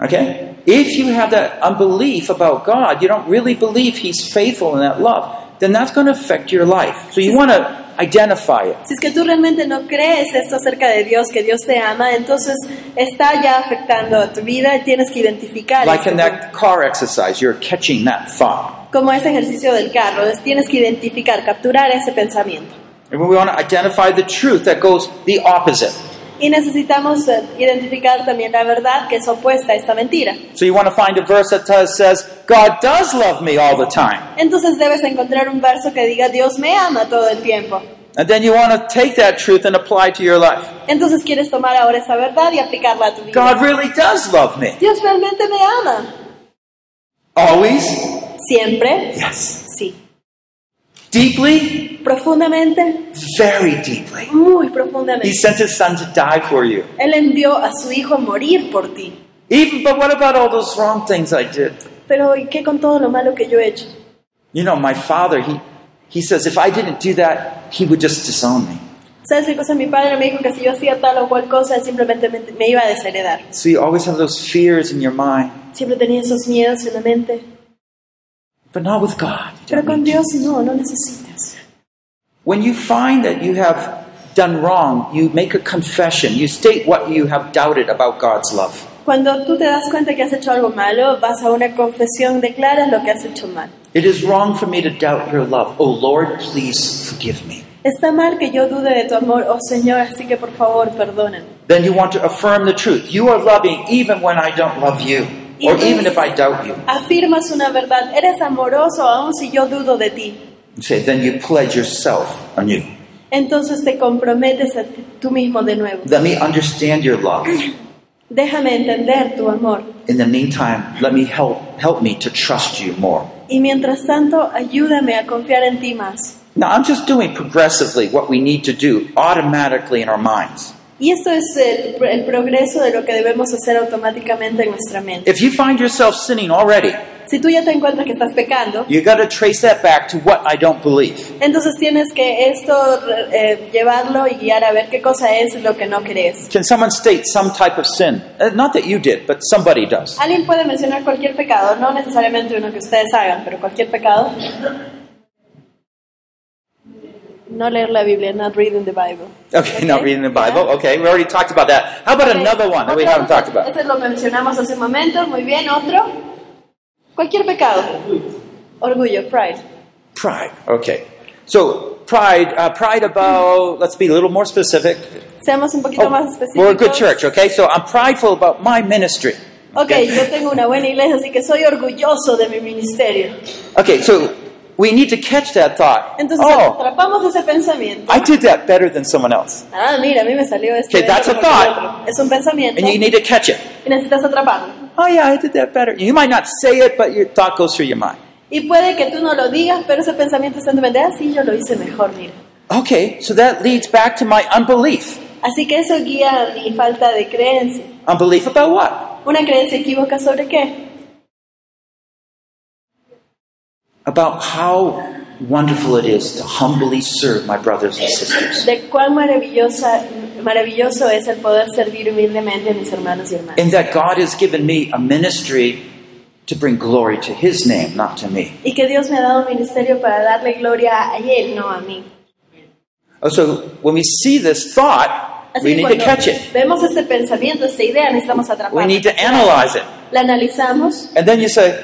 Speaker 1: Okay? If you have that unbelief about God, you don't really believe He's faithful in that love, then that's going to affect your life. So you want to identify it.
Speaker 3: Si es que tú realmente no crees esto acerca de Dios, que Dios te ama, entonces está ya afectando a tu vida y tienes que identificar.
Speaker 1: Like
Speaker 3: este
Speaker 1: in
Speaker 3: punto.
Speaker 1: that car exercise, you're catching that thought.
Speaker 3: Como ese ejercicio del carro, es- tienes que identificar, capturar ese pensamiento.
Speaker 1: And we want to identify the truth that goes the opposite.
Speaker 3: Y necesitamos eh, identificar también la verdad que es opuesta a esta mentira.
Speaker 1: So you want to find a verse that does, says, God does love me all the time.
Speaker 3: Entonces debes encontrar un verso que diga Dios me ama todo el tiempo.
Speaker 1: And then you want to take that truth and apply it to your life.
Speaker 3: Entonces quieres tomar ahora esa verdad y aplicarla a tu vida.
Speaker 1: God really does love me.
Speaker 3: Dios realmente me ama.
Speaker 1: Always?
Speaker 3: Siempre,
Speaker 1: Yes.
Speaker 3: sí.
Speaker 1: Deeply?
Speaker 3: Profundamente,
Speaker 1: Very deeply.
Speaker 3: muy
Speaker 1: He
Speaker 3: profundamente.
Speaker 1: sent his son to die for you.
Speaker 3: Él envió a su hijo a morir por ti.
Speaker 1: Even, but what about all those wrong things I did?
Speaker 3: Pero ¿y qué con todo lo malo que yo he hecho?
Speaker 1: You know, my father, he, he says if I didn't do that, he would just disown me.
Speaker 3: ¿Sabes qué cosa? Mi padre me dijo que si yo hacía tal o cual cosa, él simplemente me, me iba a desheredar.
Speaker 1: So you always have those fears in your mind,
Speaker 3: Siempre tenía esos miedos en la mente.
Speaker 1: but not with God. You
Speaker 3: Pero
Speaker 1: don't
Speaker 3: con
Speaker 1: need
Speaker 3: Dios no, no necesitas.
Speaker 1: to. When you find that you have done wrong, you make a confession. You state what you have doubted about God's love.
Speaker 3: Cuando tú te das cuenta que has hecho algo malo, vas a una confesión, declaras lo que has hecho mal.
Speaker 1: It is wrong for me to doubt your love. Oh Lord, please forgive me.
Speaker 3: Está mal que yo dude de tu amor, oh Señor, así que por favor, perdóname.
Speaker 1: Then you want to affirm the truth. You are loving even when I don't love you, or
Speaker 3: Yes.
Speaker 1: even if I doubt you.
Speaker 3: Afirmas una verdad, eres amoroso aun si yo dudo de ti.
Speaker 1: You say, then you pledge yourself anew.
Speaker 3: Entonces te comprometes a ti- tú mismo de nuevo.
Speaker 1: Let me understand your love.
Speaker 3: Déjame entender tu amor.
Speaker 1: In the meantime, let me help help me to trust you more.
Speaker 3: Y mientras tanto, ayúdame a confiar en ti más.
Speaker 1: Now I'm just doing progressively what we need to do automatically in our minds.
Speaker 3: Y esto es el, el progreso de lo que debemos hacer automáticamente en nuestra mente.
Speaker 1: If you find yourself sinning already,
Speaker 3: Si tú ya te encuentras que estás pecando,
Speaker 1: you got to trace that back to what I don't believe.
Speaker 3: Entonces tienes que esto eh, llevarlo y guiar a ver qué cosa es lo que no crees.
Speaker 1: Can someone state some type of sin? Uh, Not that you did, but somebody does.
Speaker 3: Alguien puede mencionar cualquier pecado, no necesariamente uno que ustedes hagan, pero cualquier pecado. No leer la Biblia, not reading the Bible.
Speaker 1: Okay, not reading the Bible. Okay, we already talked about that. How about
Speaker 3: Ok,
Speaker 1: another one that we
Speaker 3: otro,
Speaker 1: haven't talked about?
Speaker 3: Ese lo mencionamos hace un momento, muy bien, otro. Cualquier pecado. Orgullo, pride.
Speaker 1: Pride. Okay. So pride, uh, pride about. Let's be a little more specific.
Speaker 3: Seamos un poquito más específicos.
Speaker 1: Oh, we're a good church. Okay. So I'm prideful about my ministry.
Speaker 3: Ok, yo tengo una buena iglesia, así que soy orgulloso de mi ministerio.
Speaker 1: Okay. So we need to catch that thought.
Speaker 3: Entonces
Speaker 1: Oh,
Speaker 3: atrapamos ese pensamiento.
Speaker 1: I did that better than someone else,
Speaker 3: Ah, mira, a mí me salió este.
Speaker 1: Okay, that's a
Speaker 3: otro que el
Speaker 1: thought.
Speaker 3: otro. Es un pensamiento.
Speaker 1: and you need to catch it.
Speaker 3: y necesitas atraparlo.
Speaker 1: Oh yeah, I did that better. You might not say it, but your thought goes through your mind.
Speaker 3: Y puede que tú no lo digas, pero ese pensamiento está en tu mente. Ah, sí, yo lo hice mejor, mira.
Speaker 1: Okay. So that leads back to my unbelief.
Speaker 3: Así que eso guía mi falta de creencia.
Speaker 1: Unbelief about what?
Speaker 3: ¿Una creencia equívoca sobre qué?
Speaker 1: About how wonderful it is to humbly serve my brothers and sisters.
Speaker 3: De cuán maravillosa, maravilloso es el poder servir humildemente a mis hermanos y hermanas.
Speaker 1: in that God has given me a ministry to bring glory to His name, not to me.
Speaker 3: Y que Dios me ha dado un ministerio para darle gloria a Él, no a mí.
Speaker 1: Oh, So when we see this thought,
Speaker 3: Así
Speaker 1: we
Speaker 3: que
Speaker 1: need to
Speaker 3: cuando
Speaker 1: catch it.
Speaker 3: vemos este pensamiento, esta idea, necesitamos
Speaker 1: We
Speaker 3: atraparla.
Speaker 1: need to analyze it.
Speaker 3: La analizamos
Speaker 1: And then you say,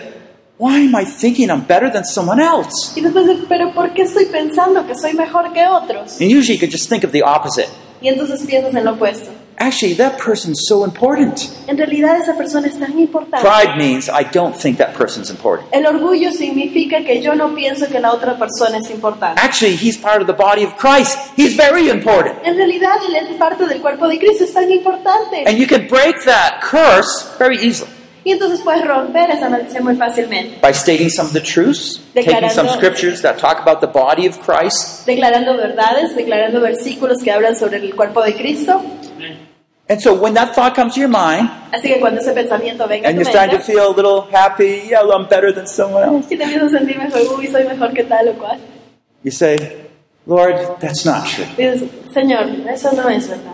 Speaker 1: why am I thinking I'm better than someone else?
Speaker 3: Y después, de, pero ¿por qué estoy pensando que soy mejor que otros?
Speaker 1: And usually you could just think of the opposite.
Speaker 3: Y entonces piensas en lo opuesto.
Speaker 1: actually, that person's so important.
Speaker 3: En realidad esa persona es tan importante.
Speaker 1: Pride means I don't think that person's important.
Speaker 3: El orgullo significa que yo no pienso que la otra persona es importante.
Speaker 1: Actually, he's part of the body of Christ. He's very important.
Speaker 3: En realidad él es parte del cuerpo de Cristo, es tan importante.
Speaker 1: And you can break that curse very easily
Speaker 3: Y entonces puedes romper esa maldición muy fácilmente,
Speaker 1: by stating some of the truths, taking some scriptures that talk about the body of Christ,
Speaker 3: declarando verdades, declarando versículos que hablan sobre el cuerpo de Cristo.
Speaker 1: And so when that thought comes to your mind
Speaker 3: Así que cuando ese pensamiento venga a
Speaker 1: and
Speaker 3: tu
Speaker 1: you're starting to
Speaker 3: mente,
Speaker 1: feel a little happy, yeah, well, I'm better than someone else,
Speaker 3: y te empiezas a sentir mejor, uy, soy mejor que tal o cual.
Speaker 1: you say, Lord, that's not true.
Speaker 3: Dices, Señor, eso no es verdad.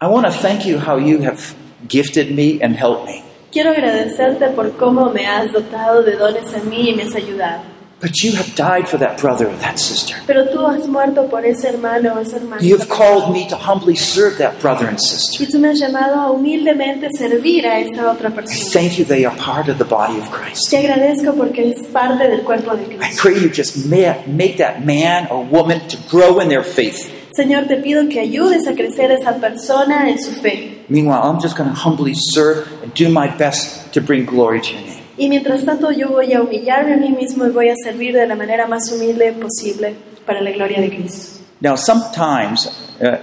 Speaker 1: I want to thank you how you have gifted me and helped me.
Speaker 3: Quiero agradecerte por cómo me has dotado de dones a mí y me has ayudado.
Speaker 1: But you have died for that brother or that sister.
Speaker 3: Pero tú has muerto por ese hermano o esa hermana.
Speaker 1: You have called me to humbly serve that brother and sister.
Speaker 3: Y tú me has llamado a humildemente servir a esta otra
Speaker 1: I
Speaker 3: persona.
Speaker 1: thank you they are part of the body of Christ.
Speaker 3: Te agradezco porque es parte del cuerpo de
Speaker 1: I
Speaker 3: Cristo.
Speaker 1: pray you just ma- make that man or woman to grow in their faith.
Speaker 3: Señor, te pido que ayudes a crecer a esa persona en su fe.
Speaker 1: Meanwhile, I'm just going to humbly serve and do my best to bring glory to your name.
Speaker 3: Y mientras tanto yo voy a humillarme a mí mismo y voy a servir de la manera más humilde posible para la gloria de Cristo.
Speaker 1: Now, sometimes, uh,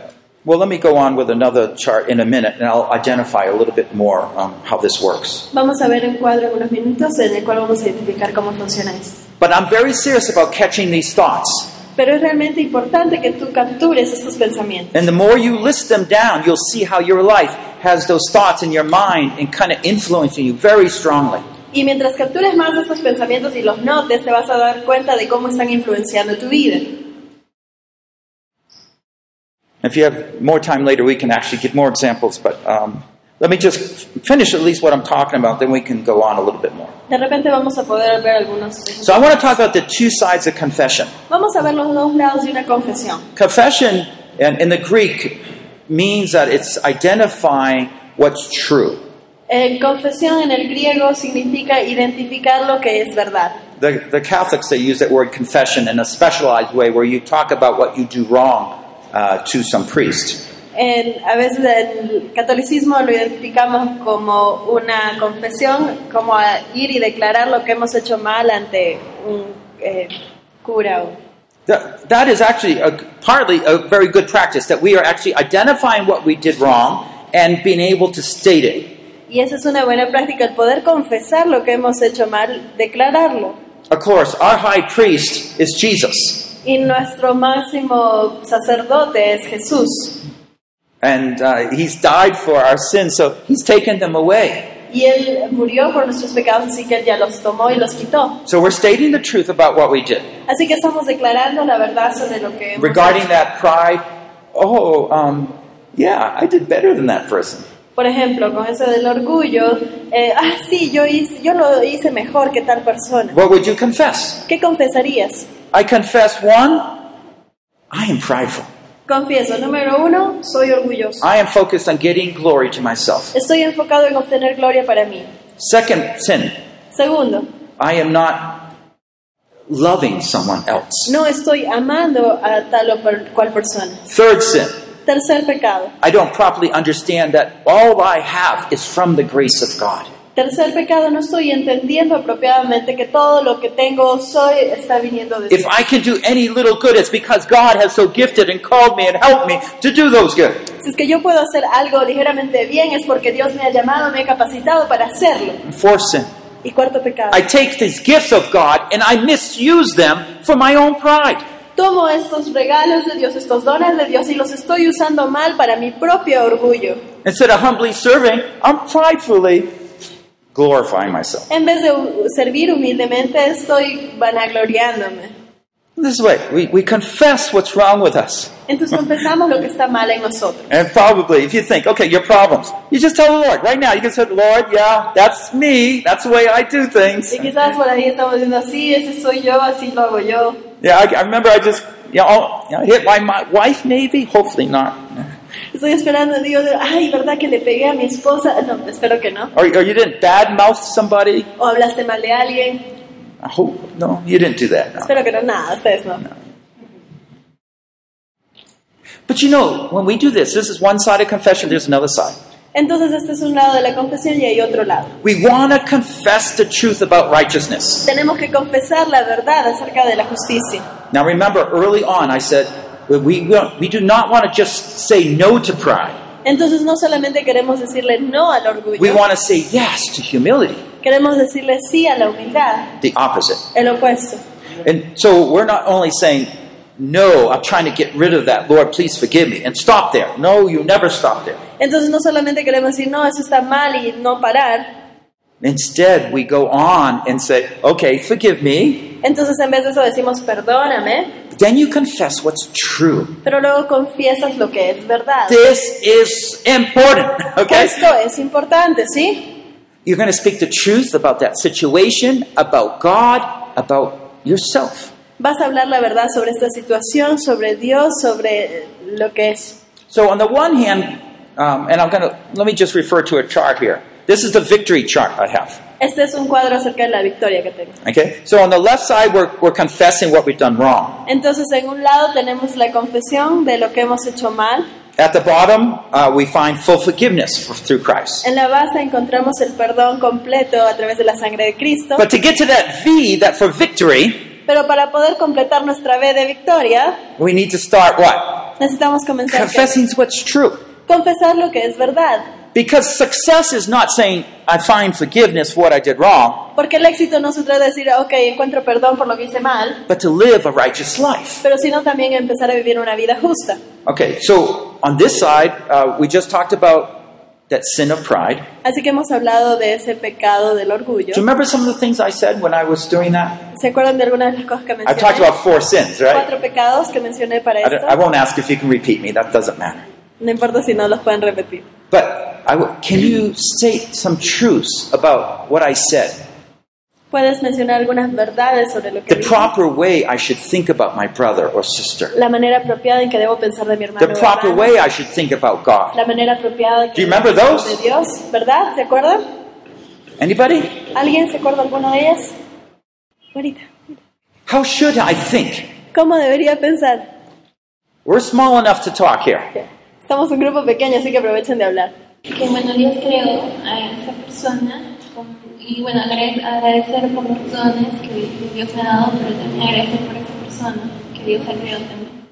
Speaker 1: well, let me go on with another chart in a minute, and I'll identify a little bit more um, how this works.
Speaker 3: Vamos a ver un cuadro en unos minutos en el cual vamos a identificar cómo funciona esto.
Speaker 1: But I'm very serious about catching these thoughts.
Speaker 3: Pero es realmente importante que tú captures estos pensamientos.
Speaker 1: And the more you list them down, you'll see how your life has those thoughts in your mind and kind of influencing you very strongly.
Speaker 3: Y mientras captures más estos pensamientos y los notes, te vas a dar cuenta de cómo están influenciando tu vida.
Speaker 1: If you have more time later, we can actually give more examples, but um, let me just finish at least what I'm talking about, then we can go on a little bit more.
Speaker 3: De repente vamos a poder ver algunos.
Speaker 1: So I want to talk about the two sides of confession.
Speaker 3: Vamos a ver los dos lados de una confesión.
Speaker 1: Confession in, in the Greek means that it's identifying what's true.
Speaker 3: Eh, confesión en el griego significa identificar lo que es verdad.
Speaker 1: The, the Catholics, they use that word confession in a specialized way where you talk about what you do wrong uh, to some priest.
Speaker 3: En- a veces el catolicismo lo identificamos como una confesión, como a ir y declarar lo que hemos hecho mal ante un eh, cura o
Speaker 1: That, that is actually a, partly a very good practice that we are actually identifying what we did wrong and being able to state it.
Speaker 3: Y esa es una buena práctica, el poder confesar lo que hemos hecho mal, declararlo.
Speaker 1: Of course, our high priest is Jesus,
Speaker 3: Y nuestro máximo sacerdote es Jesús.
Speaker 1: and uh, he's died for our sins, so he's taken them away.
Speaker 3: Y Él murió por nuestros pecados, así que Él ya los tomó y los quitó.
Speaker 1: So we're stating the truth about what we did.
Speaker 3: Así que estamos declarando la verdad sobre lo que hemos
Speaker 1: Regarding
Speaker 3: hecho.
Speaker 1: that pride, oh, um, yeah, I did better than that person.
Speaker 3: Por ejemplo, con eso del orgullo, eh, ah, sí, yo, hice, yo lo hice mejor que tal persona.
Speaker 1: What would you confess?
Speaker 3: ¿Qué confesarías?
Speaker 1: I confess one, I am prideful.
Speaker 3: Confieso, número uno, soy orgulloso.
Speaker 1: I am focused on getting glory to myself.
Speaker 3: Estoy enfocado en obtener gloria para mí.
Speaker 1: Second sin,
Speaker 3: Segundo,
Speaker 1: I am not loving someone else.
Speaker 3: No estoy amando a tal o per- cual persona.
Speaker 1: Third sin,
Speaker 3: Tercer pecado.
Speaker 1: I don't properly understand that all I have is from the grace of God.
Speaker 3: Tercer pecado, no estoy entendiendo apropiadamente que todo lo que tengo soy está viniendo de
Speaker 1: If
Speaker 3: Dios.
Speaker 1: I can do any little good, it's because God has so gifted and called me and helped me to do those good.
Speaker 3: Si es que yo puedo hacer algo ligeramente bien es porque Dios me ha llamado, me ha capacitado para hacerlo.
Speaker 1: Fourth sin,
Speaker 3: Y cuarto pecado,
Speaker 1: I take these gifts of God and I misuse them for my own pride.
Speaker 3: tomo estos regalos de Dios, estos dones de Dios y los estoy usando mal para mi propio orgullo.
Speaker 1: Instead of humbly serving, I'm pridefully glorifying myself.
Speaker 3: En vez de hu- servir humildemente, estoy vanagloriándome.
Speaker 1: This way, we, we confess what's wrong with us.
Speaker 3: Entonces confesamos lo que está mal en nosotros.
Speaker 1: And probably, if you think, okay, your problems, you just tell the Lord right now. You can say, Lord, yeah, that's me. That's the way I do things.
Speaker 3: Y quizás por ahí estamos diciendo, así, ese soy yo, así lo hago yo.
Speaker 1: Yeah, I, I remember I just you know, oh, you know, hit my, my wife, maybe. Hopefully not.
Speaker 3: Estoy esperando, digo, ay, ¿verdad que le pegué a mi esposa? No, espero que no.
Speaker 1: Or, or you didn't badmouth somebody.
Speaker 3: O hablaste mal de alguien,
Speaker 1: I hope no, you didn't do that. No.
Speaker 3: espero que no, nada, ustedes no.
Speaker 1: But you know, when we do this, this is one side of confession, there's another side.
Speaker 3: Entonces este es un lado de la confesión y hay otro lado.
Speaker 1: We want to confess the truth about righteousness.
Speaker 3: Tenemos que confesar la verdad acerca de la justicia.
Speaker 1: Now remember, early on I said, we, we, don't- we do not want to just say no to pride.
Speaker 3: Entonces no solamente queremos decirle no al
Speaker 1: We
Speaker 3: orgullo,
Speaker 1: want to say yes to humility,
Speaker 3: queremos decirle sí a la humildad,
Speaker 1: the opposite.
Speaker 3: el opuesto.
Speaker 1: And so we're not only saying, no, I'm trying to get rid of that. Lord, please forgive me. And stop there. No, you never stop there.
Speaker 3: Entonces no solamente queremos decir no, eso está mal y no parar.
Speaker 1: Instead, we go on and say, okay, forgive me.
Speaker 3: Entonces en vez de eso decimos perdóname,
Speaker 1: Then you confess what's true.
Speaker 3: pero luego confiesas lo que es verdad.
Speaker 1: This is important, okay?
Speaker 3: Esto es importante, ¿sí?
Speaker 1: You're going to speak the truth about that situation, about God, about yourself.
Speaker 3: Vas a hablar la verdad sobre esta situación, sobre Dios, sobre eh, lo que es.
Speaker 1: So, on the one hand, um, and I'm going to let me just refer to a chart here. This is the victory chart I have.
Speaker 3: Este es un cuadro acerca de la victoria que tengo.
Speaker 1: Okay? So on the left side, we're, we're confessing what we've done wrong.
Speaker 3: Entonces, en un lado tenemos la confesión de lo que hemos hecho mal.
Speaker 1: At the bottom, uh, we find full forgiveness f- through Christ.
Speaker 3: En la base encontramos el perdón completo a través de la sangre de Cristo.
Speaker 1: But to get to that V, that for victory,
Speaker 3: Pero para poder completar nuestra B de victoria,
Speaker 1: we need to start what?
Speaker 3: necesitamos comenzar a
Speaker 1: Confessing what's true.
Speaker 3: confesar lo que es verdad.
Speaker 1: Because success is not saying, I find forgiveness for what I did wrong,
Speaker 3: Porque el éxito no se trata de decir, ok, encuentro perdón por lo que hice mal,
Speaker 1: but to live a righteous life.
Speaker 3: pero sino también empezar a vivir una vida justa.
Speaker 1: Okay, so on this side, uh, we just talked about that sin of pride.
Speaker 3: Así que hemos hablado de ese pecado del orgullo.
Speaker 1: Do you remember some of the things I said when I was doing that?
Speaker 3: ¿Se acuerdan de algunas de las cosas que
Speaker 1: I talked
Speaker 3: mencioné?
Speaker 1: about four sins, right?
Speaker 3: Cuatro pecados que mencioné para
Speaker 1: I, don't- I
Speaker 3: esto.
Speaker 1: won't ask if you can repeat me. That doesn't matter.
Speaker 3: No importa si no los pueden repetir.
Speaker 1: But I w- can you state some truths about what I said?
Speaker 3: Puedes mencionar algunas verdades sobre lo que
Speaker 1: The
Speaker 3: dije.
Speaker 1: proper way I should think about my brother or sister.
Speaker 3: la manera apropiada en que debo pensar de mi hermano.
Speaker 1: The
Speaker 3: o
Speaker 1: proper
Speaker 3: hermana.
Speaker 1: way I should think about God.
Speaker 3: La manera apropiada en que
Speaker 1: Do you remember
Speaker 3: debo pensar
Speaker 1: those?
Speaker 3: de Dios, ¿verdad? ¿Se acuerdan?
Speaker 1: Anybody?
Speaker 3: ¿Alguien se acuerda alguna de ellas? Bonita.
Speaker 1: How should I think?
Speaker 3: ¿Cómo debería pensar?
Speaker 1: We're small enough to talk here.
Speaker 3: Estamos un grupo pequeño, así que aprovechen de hablar.
Speaker 4: que bueno Dios creó a esta persona con- y bueno agrade- agradecer por los dones que Dios me ha dado, pero también agradecer por esa persona que Dios ha creado también.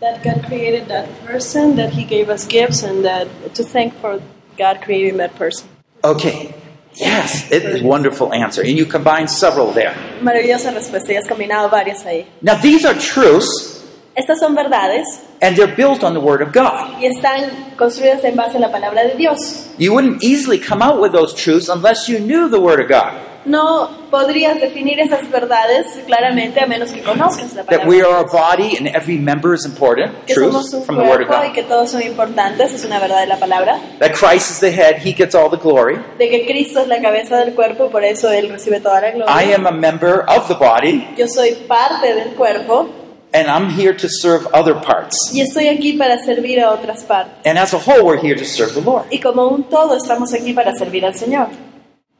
Speaker 3: That God created that person, that He gave us gifts, and that to thank for God creating that person.
Speaker 1: Okay. Yes, it is a wonderful answer. And you combine several there.
Speaker 3: Maravillosa respuesta, y has combinado varias ahí.
Speaker 1: Now, these are truths,
Speaker 3: Estas son verdades
Speaker 1: and they're built on the Word of God.
Speaker 3: y están construidas en base a la palabra de Dios.
Speaker 1: You wouldn't easily come out with those truths unless you knew the Word of God.
Speaker 3: No podrías definir esas verdades claramente a menos que conozcas la
Speaker 1: that
Speaker 3: palabra.
Speaker 1: we are a body and every member is important.
Speaker 3: que somos
Speaker 1: Truths
Speaker 3: un
Speaker 1: from the Word of
Speaker 3: cuerpo y
Speaker 1: God.
Speaker 3: que todos son importantes, es una verdad de la palabra.
Speaker 1: That Christ is the head, He gets all the glory.
Speaker 3: De que Cristo es la cabeza del cuerpo, por eso Él recibe toda la gloria.
Speaker 1: I am a member of the body
Speaker 3: Yo soy parte del cuerpo
Speaker 1: and I'm here to serve other parts.
Speaker 3: y estoy aquí para servir a otras partes.
Speaker 1: And as a whole, we're here to serve the Lord.
Speaker 3: Y como un todo estamos aquí para servir al Señor.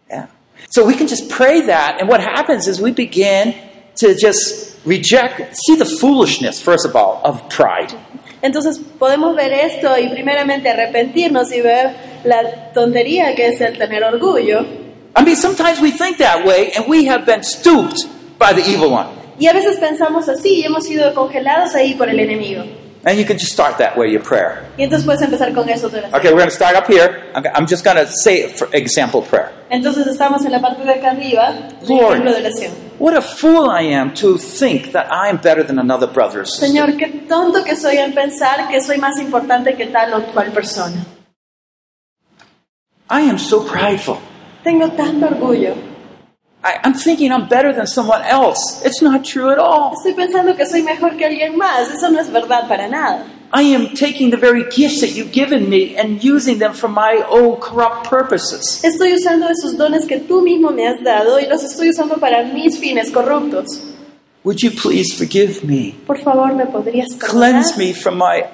Speaker 1: Yeah. So we can just pray that, and what happens is we begin to just reject, see the foolishness, first of all, of pride.
Speaker 3: Entonces podemos ver esto y primeramente arrepentirnos y ver la tontería que es el tener orgullo.
Speaker 1: I mean, sometimes we think that way and we have been stooped by the evil one.
Speaker 3: Y a veces pensamos así y hemos sido congelados ahí por el enemigo.
Speaker 1: And you can just start that way, your prayer.
Speaker 3: Y entonces puedes empezar con eso de la
Speaker 1: Okay, we're going to start up here. I'm I'm just going to say, for example, prayer.
Speaker 3: Entonces estamos en la parte de acá arriba, un
Speaker 1: Lord.
Speaker 3: ejemplo de oración.
Speaker 1: What a fool I am to think that I am better than another brother or sister.
Speaker 3: Señor, qué tonto que soy en pensar que soy más importante que tal o cual persona.
Speaker 1: I am so prideful.
Speaker 3: Tengo tanto orgullo.
Speaker 1: I, I'm thinking I'm better than someone else. It's not true at all.
Speaker 3: Estoy pensando que soy mejor que alguien más. Eso no es verdad para nada.
Speaker 1: I am taking the very gifts that you've given me and using them for my own corrupt purposes.
Speaker 3: Estoy usando esos dones que tú mismo me has dado y los estoy usando para mis fines corruptos.
Speaker 1: Would you please forgive me?
Speaker 3: Por favor, ¿me podrías perdonar?
Speaker 1: Cleanse me from my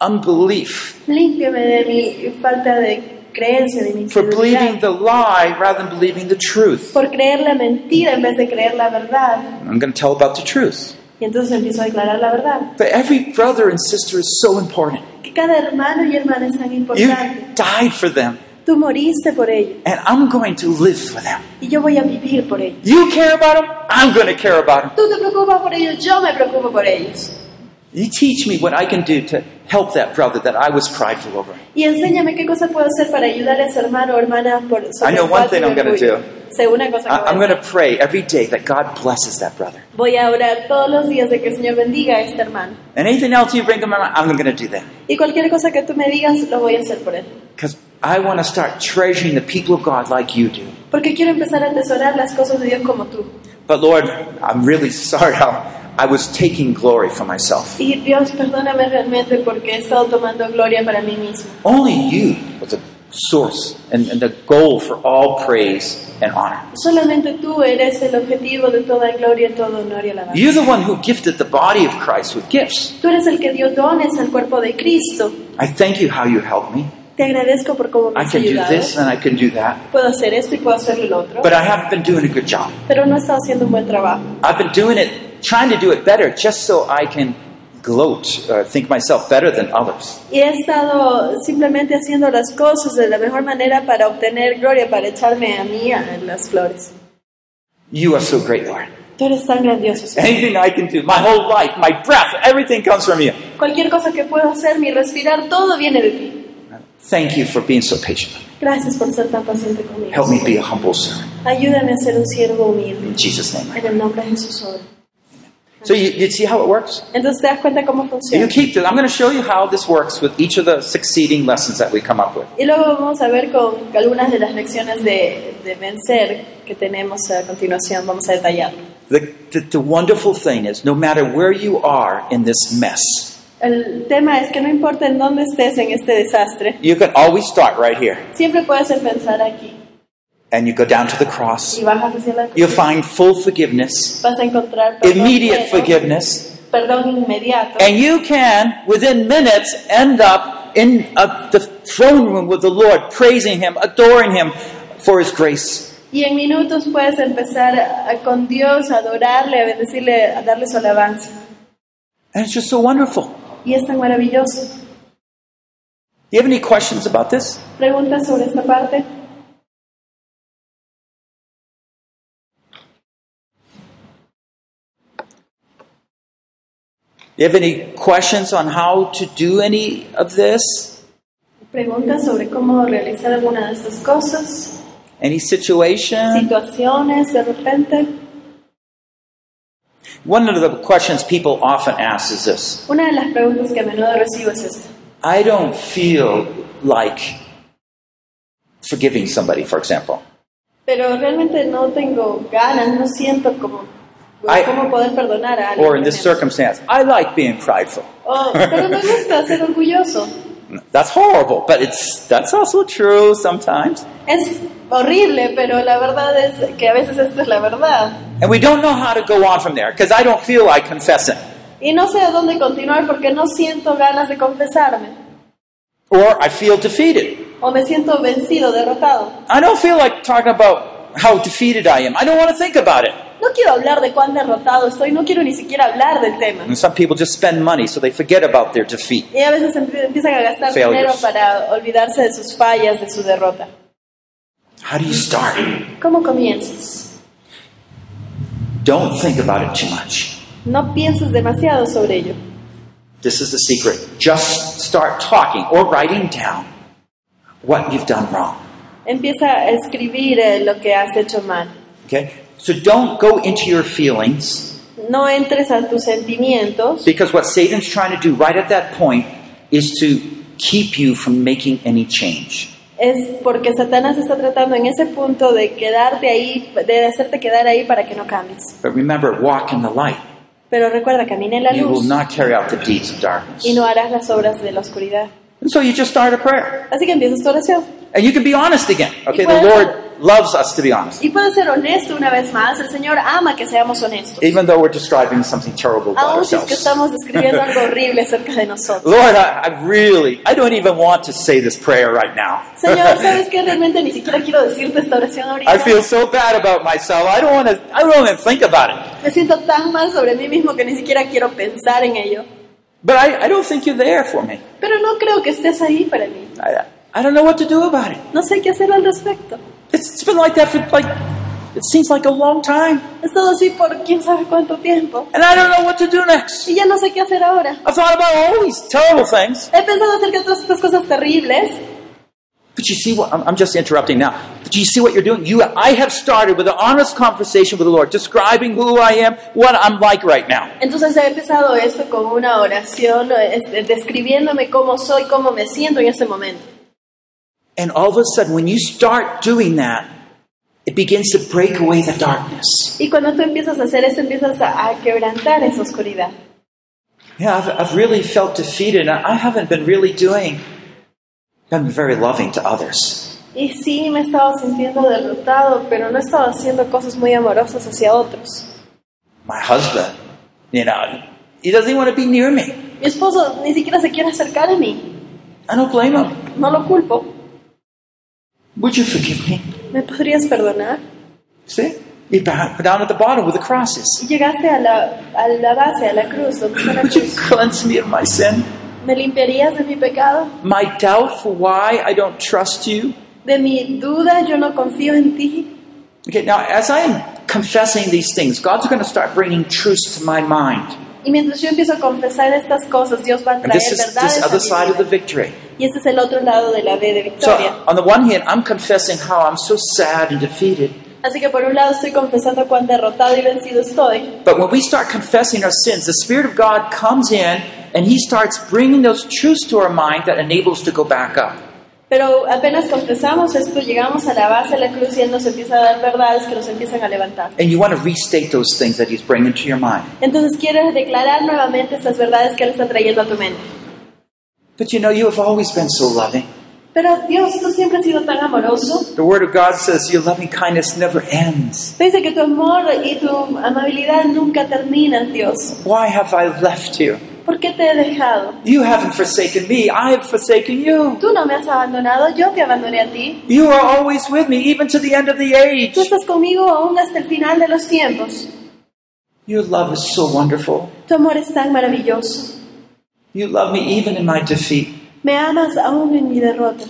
Speaker 1: unbelief,
Speaker 3: Límpiame de mi falta de creencia, de mi
Speaker 1: for believing
Speaker 3: incredulidad.
Speaker 1: the lie rather than believing the truth.
Speaker 3: por creer la mentira en vez de creer la verdad.
Speaker 1: I'm going to tell about the truth.
Speaker 3: Y entonces empiezo a declarar la verdad.
Speaker 1: But every brother and sister is so important.
Speaker 3: Que cada hermano y hermana es tan
Speaker 1: You
Speaker 3: importante.
Speaker 1: died for them,
Speaker 3: Tú moriste por ellos
Speaker 1: and I'm going to live for them.
Speaker 3: y yo voy a vivir por ellos.
Speaker 1: You care about them, I'm going to care about them.
Speaker 3: Tú te preocupas por ellos, yo me preocupo por ellos.
Speaker 1: You teach me what I can do to help that brother that I was prideful over.
Speaker 3: Y enséñame qué cosa puedo hacer para ayudar a ese hermano o hermana por sobre
Speaker 1: I know
Speaker 3: el cual
Speaker 1: one thing
Speaker 3: tuve
Speaker 1: I'm gonna
Speaker 3: orgullo.
Speaker 1: do.
Speaker 3: Sé una cosa que
Speaker 1: I-
Speaker 3: voy a
Speaker 1: Ah, I'm
Speaker 3: hacer.
Speaker 1: going to pray every day that God blesses that brother.
Speaker 3: Voy a orar todos los días de que el Señor bendiga a este hermano.
Speaker 1: And anything else you bring to my mind, I'm going to do that.
Speaker 3: Y cualquier cosa que tú me digas, lo voy a hacer por él.
Speaker 1: Because I want to start treasuring the people of God like you do.
Speaker 3: Porque quiero empezar a atesorar las cosas de Dios como tú.
Speaker 1: But Lord, I'm really sorry how I was taking glory for myself.
Speaker 3: Y Dios, perdóname realmente porque he estado tomando gloria para mí mismo.
Speaker 1: Only you was the source and, and the goal for all praise and honor.
Speaker 3: Solamente tú eres el objetivo de toda gloria, todo honor y alabanza.
Speaker 1: You're the one who gifted the body of Christ with gifts.
Speaker 3: Tú eres el que dio dones al cuerpo de Cristo.
Speaker 1: I thank you how you helped me.
Speaker 3: Te agradezco por cómo me
Speaker 1: I
Speaker 3: has
Speaker 1: can do
Speaker 3: ayudado.
Speaker 1: this and I can do that.
Speaker 3: Puedo hacer esto y puedo hacer el otro.
Speaker 1: But I haven't been doing a good job.
Speaker 3: pero no he estado haciendo un buen trabajo.
Speaker 1: I've been doing it, trying to do it better just so I can gloat or think myself better than others.
Speaker 3: Y he estado simplemente haciendo las cosas de la mejor manera para obtener gloria, para echarme a mí a las flores.
Speaker 1: You are so great, Lord.
Speaker 3: Tú eres tan grandioso. Señor.
Speaker 1: Anything I can do, my whole life, my breath, everything comes from you.
Speaker 3: Cualquier cosa que puedo hacer, mi respirar, todo viene de ti.
Speaker 1: Thank you for being so patient.
Speaker 3: Gracias por ser tan paciente conmigo.
Speaker 1: Help me be a humble servant.
Speaker 3: Ayúdame a ser un siervo humilde.
Speaker 1: In Jesus' name.
Speaker 3: En el nombre de Jesús oro.
Speaker 1: So you, you see how it works?
Speaker 3: Entonces te das cuenta cómo
Speaker 1: So you
Speaker 3: funciona.
Speaker 1: keep this. I'm going to show you how this works with each of the succeeding lessons that we come up with.
Speaker 3: Y luego vamos a ver con algunas de las lecciones de, de vencer que tenemos a continuación. Vamos a detallarlo.
Speaker 1: The, the, the wonderful thing is, no matter where you are in this mess,
Speaker 3: El tema es que no importa en dónde estés en este desastre,
Speaker 1: you can always start right here.
Speaker 3: siempre puedes empezar aquí
Speaker 1: And you go down to the cross.
Speaker 3: y vas a hacer la cruz.
Speaker 1: You'll find full forgiveness,
Speaker 3: Vas a encontrar perdón,
Speaker 1: immediate
Speaker 3: pleno,
Speaker 1: forgiveness.
Speaker 3: perdón inmediato.
Speaker 1: And you can, within minutes, end up in uh the throne room with the Lord, praising Him, adoring Him for His grace.
Speaker 3: Y en minutos puedes empezar a- a- con Dios, a adorarle, a bendecirle, a darle su alabanza.
Speaker 1: And it's just so wonderful.
Speaker 3: Y es tan maravilloso.
Speaker 1: Do you have any questions about this?
Speaker 3: ¿Preguntas sobre esta parte?
Speaker 1: You have any questions on how to do any of this?
Speaker 3: ¿Preguntas sobre cómo realizar alguna de estas cosas?
Speaker 1: Any situation?
Speaker 3: ¿Situaciones de repente?
Speaker 1: One of the questions people often ask is this
Speaker 3: Una de las preguntas que a menudo recibo es esta.
Speaker 1: I don't feel like forgiving somebody, for example.
Speaker 3: Pero realmente no tengo ganas, no siento como
Speaker 1: Ay.
Speaker 3: cómo poder perdonar a alguien.
Speaker 1: Or in this
Speaker 3: por ejemplo.
Speaker 1: circumstance, I like being prideful.
Speaker 3: Oh, pero me gusta ser orgulloso.
Speaker 1: That's horrible, but it's that's also true sometimes.
Speaker 3: Es horrible, pero la verdad es que a veces esto es la verdad.
Speaker 1: And we don't know how to go on from there because I don't feel like confessing.
Speaker 3: Y no sé a dónde continuar porque no siento ganas de confesarme.
Speaker 1: Or I feel defeated.
Speaker 3: O me siento vencido, derrotado.
Speaker 1: I don't feel like talking about how defeated I am. I don't want to think about it.
Speaker 3: No quiero hablar de cuán derrotado estoy, no quiero ni siquiera hablar del tema.
Speaker 1: And some people just spend money so they forget about their defeat.
Speaker 3: Y a veces empie- empiezan a gastar
Speaker 1: Failures.
Speaker 3: dinero para olvidarse de sus fallas, de su derrota.
Speaker 1: How do you start?
Speaker 3: ¿Cómo comienzas?
Speaker 1: Don't think about it too much.
Speaker 3: No pienses demasiado sobre ello.
Speaker 1: This is the secret. Just start talking or writing down what you've done wrong.
Speaker 3: Empieza a escribir eh, lo que has hecho mal.
Speaker 1: Okay? So don't go into your feelings
Speaker 3: No entres a tus sentimientos,
Speaker 1: because what Satan's trying to do right at that point is to keep you from making any change.
Speaker 3: es porque Satanás está tratando en ese punto de quedarte ahí, de hacerte quedar ahí para que no cambies.
Speaker 1: But remember, walk in the light.
Speaker 3: Pero recuerda, camina en la
Speaker 1: You will
Speaker 3: luz
Speaker 1: not carry out the deeds of darkness.
Speaker 3: y no harás las obras de la oscuridad.
Speaker 1: And so you just start a prayer.
Speaker 3: Así que empiezas tu oración.
Speaker 1: And you can be honest again. Okay, the
Speaker 3: puedes-
Speaker 1: Lord, loves us to be honest,
Speaker 3: Y puedo ser honesto una vez más, el Señor ama que seamos honestos.
Speaker 1: even though we're describing something terrible about
Speaker 3: Aún si es que
Speaker 1: ourselves.
Speaker 3: estamos describiendo algo horrible acerca de nosotros.
Speaker 1: Lord, I, I really, I don't even want to say this prayer right now.
Speaker 3: Señor, ¿sabes qué? Realmente ni siquiera quiero decirte esta oración ahorita.
Speaker 1: I feel so bad about myself. I don't want to. I don't want to think about it.
Speaker 3: Me siento tan mal sobre mí mismo que ni siquiera quiero pensar en ello.
Speaker 1: But I, I don't think you're there for me.
Speaker 3: Pero no creo que estés ahí para mí.
Speaker 1: I, I don't know what to do about it.
Speaker 3: No sé qué hacer al respecto.
Speaker 1: It's, it's been like that for like. It seems like a long time,
Speaker 3: He estado así por quién sabe cuánto tiempo.
Speaker 1: and I don't know what to do next.
Speaker 3: Y ya no sé qué hacer ahora.
Speaker 1: I've thought about all these terrible things.
Speaker 3: He pensado acerca de todas estas cosas terribles.
Speaker 1: But you see what? I'm, I'm just interrupting now. But you see what you're doing? You, I have started with an honest conversation with the Lord, describing who I am, what I'm like right now.
Speaker 3: Entonces he empezado esto con una oración este, describiéndome cómo soy, cómo me siento en este momento.
Speaker 1: And all of a sudden, when you start doing that, it begins to break away the darkness.
Speaker 3: Y cuando tú empiezas a hacer esto, empiezas a, a quebrantar esa oscuridad.
Speaker 1: Yeah, I've, I've really felt defeated. and I haven't been really doing, I've been very loving to others.
Speaker 3: Y sí, me he estado sintiendo derrotado, pero no he estado haciendo cosas muy amorosas hacia otros.
Speaker 1: My husband, you know, he doesn't even want to be near me.
Speaker 3: Mi esposo ni siquiera se quiere acercar a mí.
Speaker 1: I don't blame him.
Speaker 3: No lo culpo.
Speaker 1: Would you forgive me?
Speaker 3: ¿Me podrías perdonar?
Speaker 1: See? He bowed down at the bottom with the crosses.
Speaker 3: Y llegaste a la, a la base, a la cruz, donde está la
Speaker 1: Would you
Speaker 3: cruz.
Speaker 1: cleanse me of my sin?
Speaker 3: ¿Me limpiarías de mi pecado?
Speaker 1: My doubt for why I don't trust you?
Speaker 3: De mi duda, yo no confío en ti.
Speaker 1: Okay, now as I am confessing these things, God's going to start bringing truth to my mind.
Speaker 3: Y mientras yo empiezo a confesar estas cosas, Dios va a
Speaker 1: And
Speaker 3: traer
Speaker 1: this is
Speaker 3: verdades
Speaker 1: this
Speaker 3: a mi
Speaker 1: other side of the
Speaker 3: vida.
Speaker 1: victory.
Speaker 3: Y este es el otro lado de la B de
Speaker 1: So
Speaker 3: victoria.
Speaker 1: on the one hand, I'm confessing how I'm so sad and defeated.
Speaker 3: Así que por un lado estoy confesando cuán derrotado y vencido estoy.
Speaker 1: But when we start confessing our sins, the Spirit of God comes in and He starts bringing those truths to our mind that enables to go back up.
Speaker 3: Pero apenas confesamos esto, llegamos a la base de la cruz y Él nos empieza a dar verdades que nos empiezan a levantar.
Speaker 1: And you want to restate those things that He's bringing to your mind.
Speaker 3: Entonces quieres declarar nuevamente estas verdades que Él está trayendo a tu mente.
Speaker 1: But you know, you have always been so loving.
Speaker 3: Pero Dios, tú siempre has sido tan amoroso.
Speaker 1: The Word of God says your loving kindness never ends.
Speaker 3: Te dice que tu amor y tu amabilidad nunca terminan, Dios.
Speaker 1: Why have I left you?
Speaker 3: ¿Por qué te he dejado?
Speaker 1: You haven't forsaken me, I have forsaken you.
Speaker 3: Tú no me has abandonado, yo te abandoné a ti.
Speaker 1: You are always with me, even to the end of the age.
Speaker 3: Tú estás conmigo aún hasta el final de los tiempos.
Speaker 1: Your love is so wonderful.
Speaker 3: Tu amor es tan maravilloso.
Speaker 1: You love me even in my defeat.
Speaker 3: Me amas aún en mi derrota.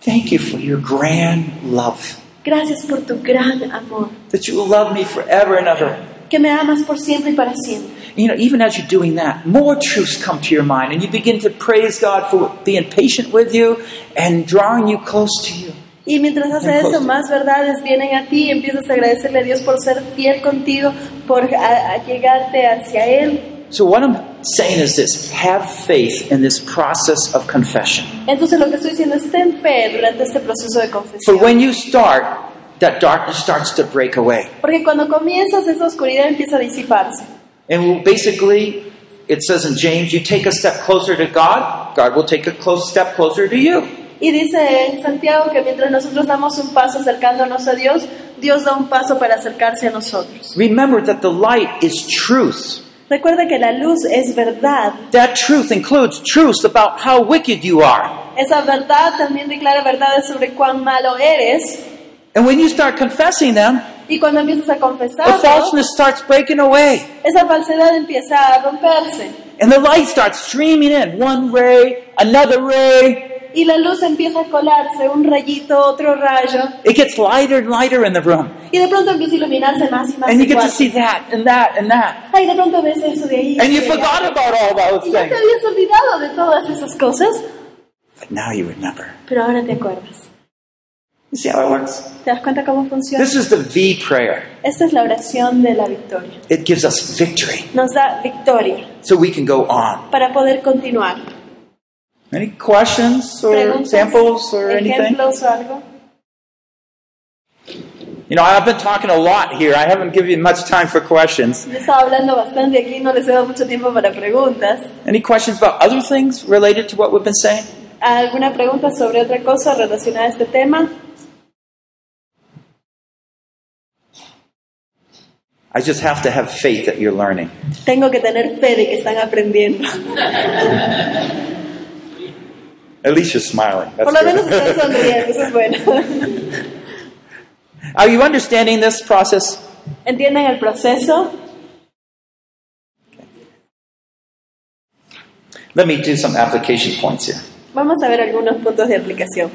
Speaker 1: Thank you for your grand love,
Speaker 3: Gracias por tu gran amor.
Speaker 1: that you will love me forever and ever.
Speaker 3: que me amas por siempre y para siempre.
Speaker 1: You know, even as you're doing that, more truths come to your mind, and you begin to praise God for being patient with you and drawing you close to you.
Speaker 3: Y mientras
Speaker 1: En
Speaker 3: haces eso,
Speaker 1: costo.
Speaker 3: más verdades vienen a ti y empiezas a agradecerle a Dios por ser fiel contigo, por a- a llegarte hacia Él.
Speaker 1: So, what I'm saying is this have faith in this process of confession.
Speaker 3: Entonces lo que estoy diciendo es ten fe durante este proceso de
Speaker 1: For
Speaker 3: confesión.
Speaker 1: when you start, that darkness starts to break away.
Speaker 3: Porque cuando comienzas esa oscuridad empieza a disiparse.
Speaker 1: And basically, it says in James, you take a step closer to God, God will take a close step closer to you.
Speaker 3: Y dice en Santiago que mientras nosotros damos un paso acercándonos a Dios, Dios da un paso para acercarse a nosotros.
Speaker 1: Remember that the light is truth.
Speaker 3: Recuerda que la luz es verdad.
Speaker 1: That truth includes truths about how wicked you are.
Speaker 3: Esa verdad también declara verdades sobre cuán malo eres.
Speaker 1: And when you start confessing them,
Speaker 3: Y cuando empiezas a
Speaker 1: the
Speaker 3: confesar,
Speaker 1: falseness starts breaking away.
Speaker 3: esa falsedad empieza a romperse.
Speaker 1: And the light starts streaming in. One ray, another ray.
Speaker 3: Y la luz empieza a colarse, un rayito, otro rayo.
Speaker 1: It gets lighter and lighter in the room.
Speaker 3: Y de pronto empieza a iluminarse más y más.
Speaker 1: And you
Speaker 3: y
Speaker 1: get to
Speaker 3: más.
Speaker 1: see that and that and that.
Speaker 3: Ay, de pronto ves eso de ahí.
Speaker 1: And you
Speaker 3: de allá.
Speaker 1: forgot about all
Speaker 3: Y
Speaker 1: those
Speaker 3: ya te
Speaker 1: things.
Speaker 3: habías olvidado de todas esas cosas,
Speaker 1: But now you remember.
Speaker 3: pero ahora te acuerdas.
Speaker 1: You see how it works?
Speaker 3: ¿Te das cuenta cómo funciona?
Speaker 1: This is the V prayer.
Speaker 3: Esta es la oración de la victoria.
Speaker 1: It gives us victory
Speaker 3: Nos da victoria
Speaker 1: so we can go on.
Speaker 3: para poder continuar.
Speaker 1: Any questions or
Speaker 3: ¿Preguntas?
Speaker 1: examples or anything?
Speaker 3: ¿Ejemplos o algo?
Speaker 1: You know, I've been talking a lot here. I haven't given you much time for questions.
Speaker 3: Yo estaba hablando bastante aquí, no les he dado mucho tiempo para preguntas.
Speaker 1: Any questions about other things related to what we've been saying?
Speaker 3: ¿Alguna pregunta sobre otra cosa relacionada a este tema?
Speaker 1: I just have to have faith that you're learning.
Speaker 3: Tengo que tener fe de que están aprendiendo.
Speaker 1: At least you're smiling. That's
Speaker 3: Por lo
Speaker 1: good.
Speaker 3: menos están sonriendo, eso es bueno.
Speaker 1: Are you understanding this process?
Speaker 3: ¿Entienden el proceso?
Speaker 1: Let me do some application points here.
Speaker 3: Vamos a ver algunos puntos de aplicación.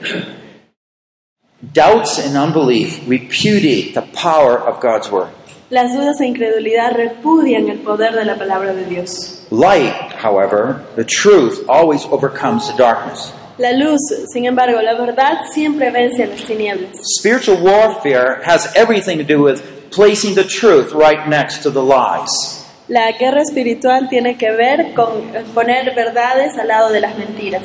Speaker 1: Doubts and unbelief repudiate the power of God's word.
Speaker 3: Las dudas e incredulidad repudian el poder de la palabra de Dios.
Speaker 1: Light, however, the truth always overcomes the darkness.
Speaker 3: La luz, sin embargo, la verdad siempre vence a las tinieblas.
Speaker 1: Spiritual warfare has everything to do with placing the truth right next to the lies.
Speaker 3: La guerra espiritual tiene que ver con poner verdades al lado de las mentiras.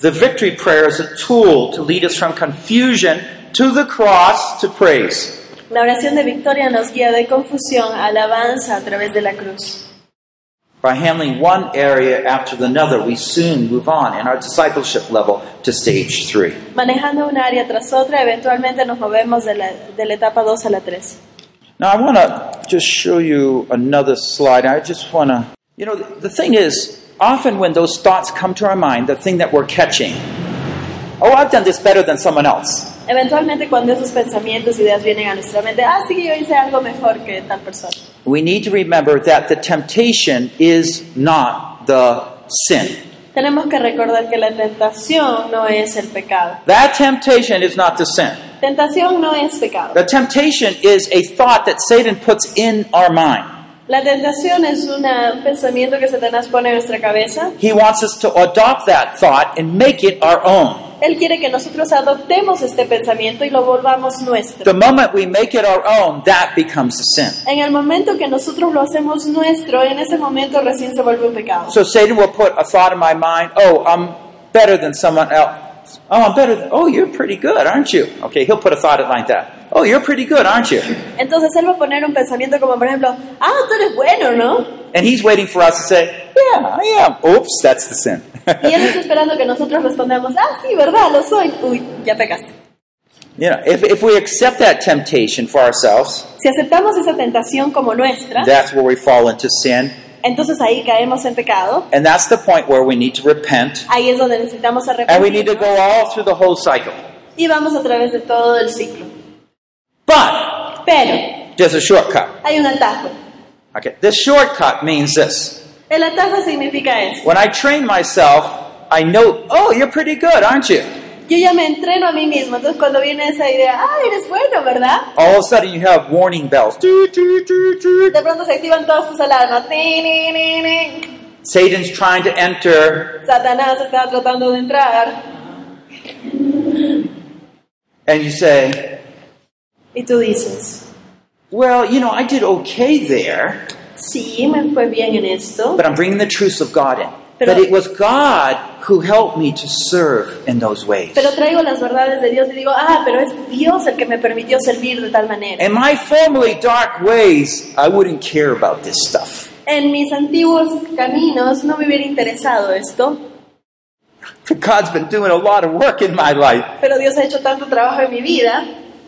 Speaker 1: The victory prayer is a tool to lead us from confusion to the cross to praise.
Speaker 3: La oración de victoria nos guía de confusión a alabanza a través de la cruz.
Speaker 1: By handling one area after another, we soon move on in our discipleship level to stage three.
Speaker 3: Manejando un área tras otra, eventualmente nos movemos de la, de la etapa 2 a la 3.
Speaker 1: Now, I want to just show you another slide. I just want to, you know, the thing is, often when those thoughts come to our mind, the thing that we're catching, oh, I've done this better than someone else.
Speaker 3: Eventualmente cuando esos pensamientos, ideas vienen a nuestra mente, ah, sí, yo hice algo mejor que tal persona.
Speaker 1: We need to remember that the temptation is not the sin.
Speaker 3: Tenemos que recordar que la tentación no es el pecado.
Speaker 1: That temptation is not the sin.
Speaker 3: Tentación no es pecado.
Speaker 1: The temptation is a thought that Satan puts in our mind.
Speaker 3: La tentación es una- un pensamiento que Satanás pone en nuestra cabeza.
Speaker 1: He wants us to adopt that thought and make it our own.
Speaker 3: Él quiere que nosotros adoptemos este pensamiento y lo volvamos nuestro.
Speaker 1: The moment we make it our own, that becomes the sin.
Speaker 3: En el momento que nosotros lo hacemos nuestro, en ese momento recién se vuelve un pecado.
Speaker 1: So Satan will put a thought in my mind, oh, I'm better than someone else. Oh, I'm better. Than, oh, you're pretty good, aren't you? Okay, he'll put a thought in like that. Oh, you're pretty good, aren't you?
Speaker 3: Entonces él va a poner un pensamiento como por ejemplo, ah, tú eres bueno, ¿no?
Speaker 1: And he's waiting for us to say, yeah, I am. Oops, that's the sin.
Speaker 3: Y él está esperando que nosotros respondamos, ah, sí, verdad, lo soy. Uy, ya pecaste.
Speaker 1: you know, if, if we accept that temptation for ourselves,
Speaker 3: Si aceptamos esa tentación como nuestra,
Speaker 1: that's where we fall into sin.
Speaker 3: entonces ahí caemos en pecado.
Speaker 1: And that's the point where we need to repent.
Speaker 3: Ahí es donde necesitamos
Speaker 1: And we need to
Speaker 3: arrepentirnos
Speaker 1: go all through the whole cycle.
Speaker 3: y vamos a través de todo el ciclo.
Speaker 1: But
Speaker 3: Pero
Speaker 1: there's a shortcut.
Speaker 3: hay un atajo.
Speaker 1: Okay, this shortcut means this.
Speaker 3: El atajo significa eso.
Speaker 1: When I train myself, I know, oh, you're pretty good, aren't you?
Speaker 3: Yo ya me entreno a mí mismo, entonces cuando viene esa idea, ah, eres bueno, ¿verdad?
Speaker 1: All of a sudden, you have warning bells. Doot, doot, doot, doot.
Speaker 3: De pronto se activan todas tus alarmas. Ni, ni, ni, ni.
Speaker 1: Satan's trying to enter,
Speaker 3: Satanás está tratando de entrar.
Speaker 1: and you say,
Speaker 3: Y tú dices,
Speaker 1: well, you know, I did okay there,
Speaker 3: sí, me fue bien en esto,
Speaker 1: but I'm bringing the truths of God in. But it was God who helped me to serve in those ways.
Speaker 3: pero traigo las verdades de Dios y digo, ah, pero es Dios el que me permitió servir de tal manera.
Speaker 1: In my formerly dark ways, I wouldn't care about this stuff.
Speaker 3: En mis antiguos caminos no me hubiera interesado esto,
Speaker 1: But God's been doing a lot of work in my life.
Speaker 3: pero Dios ha hecho tanto trabajo en mi vida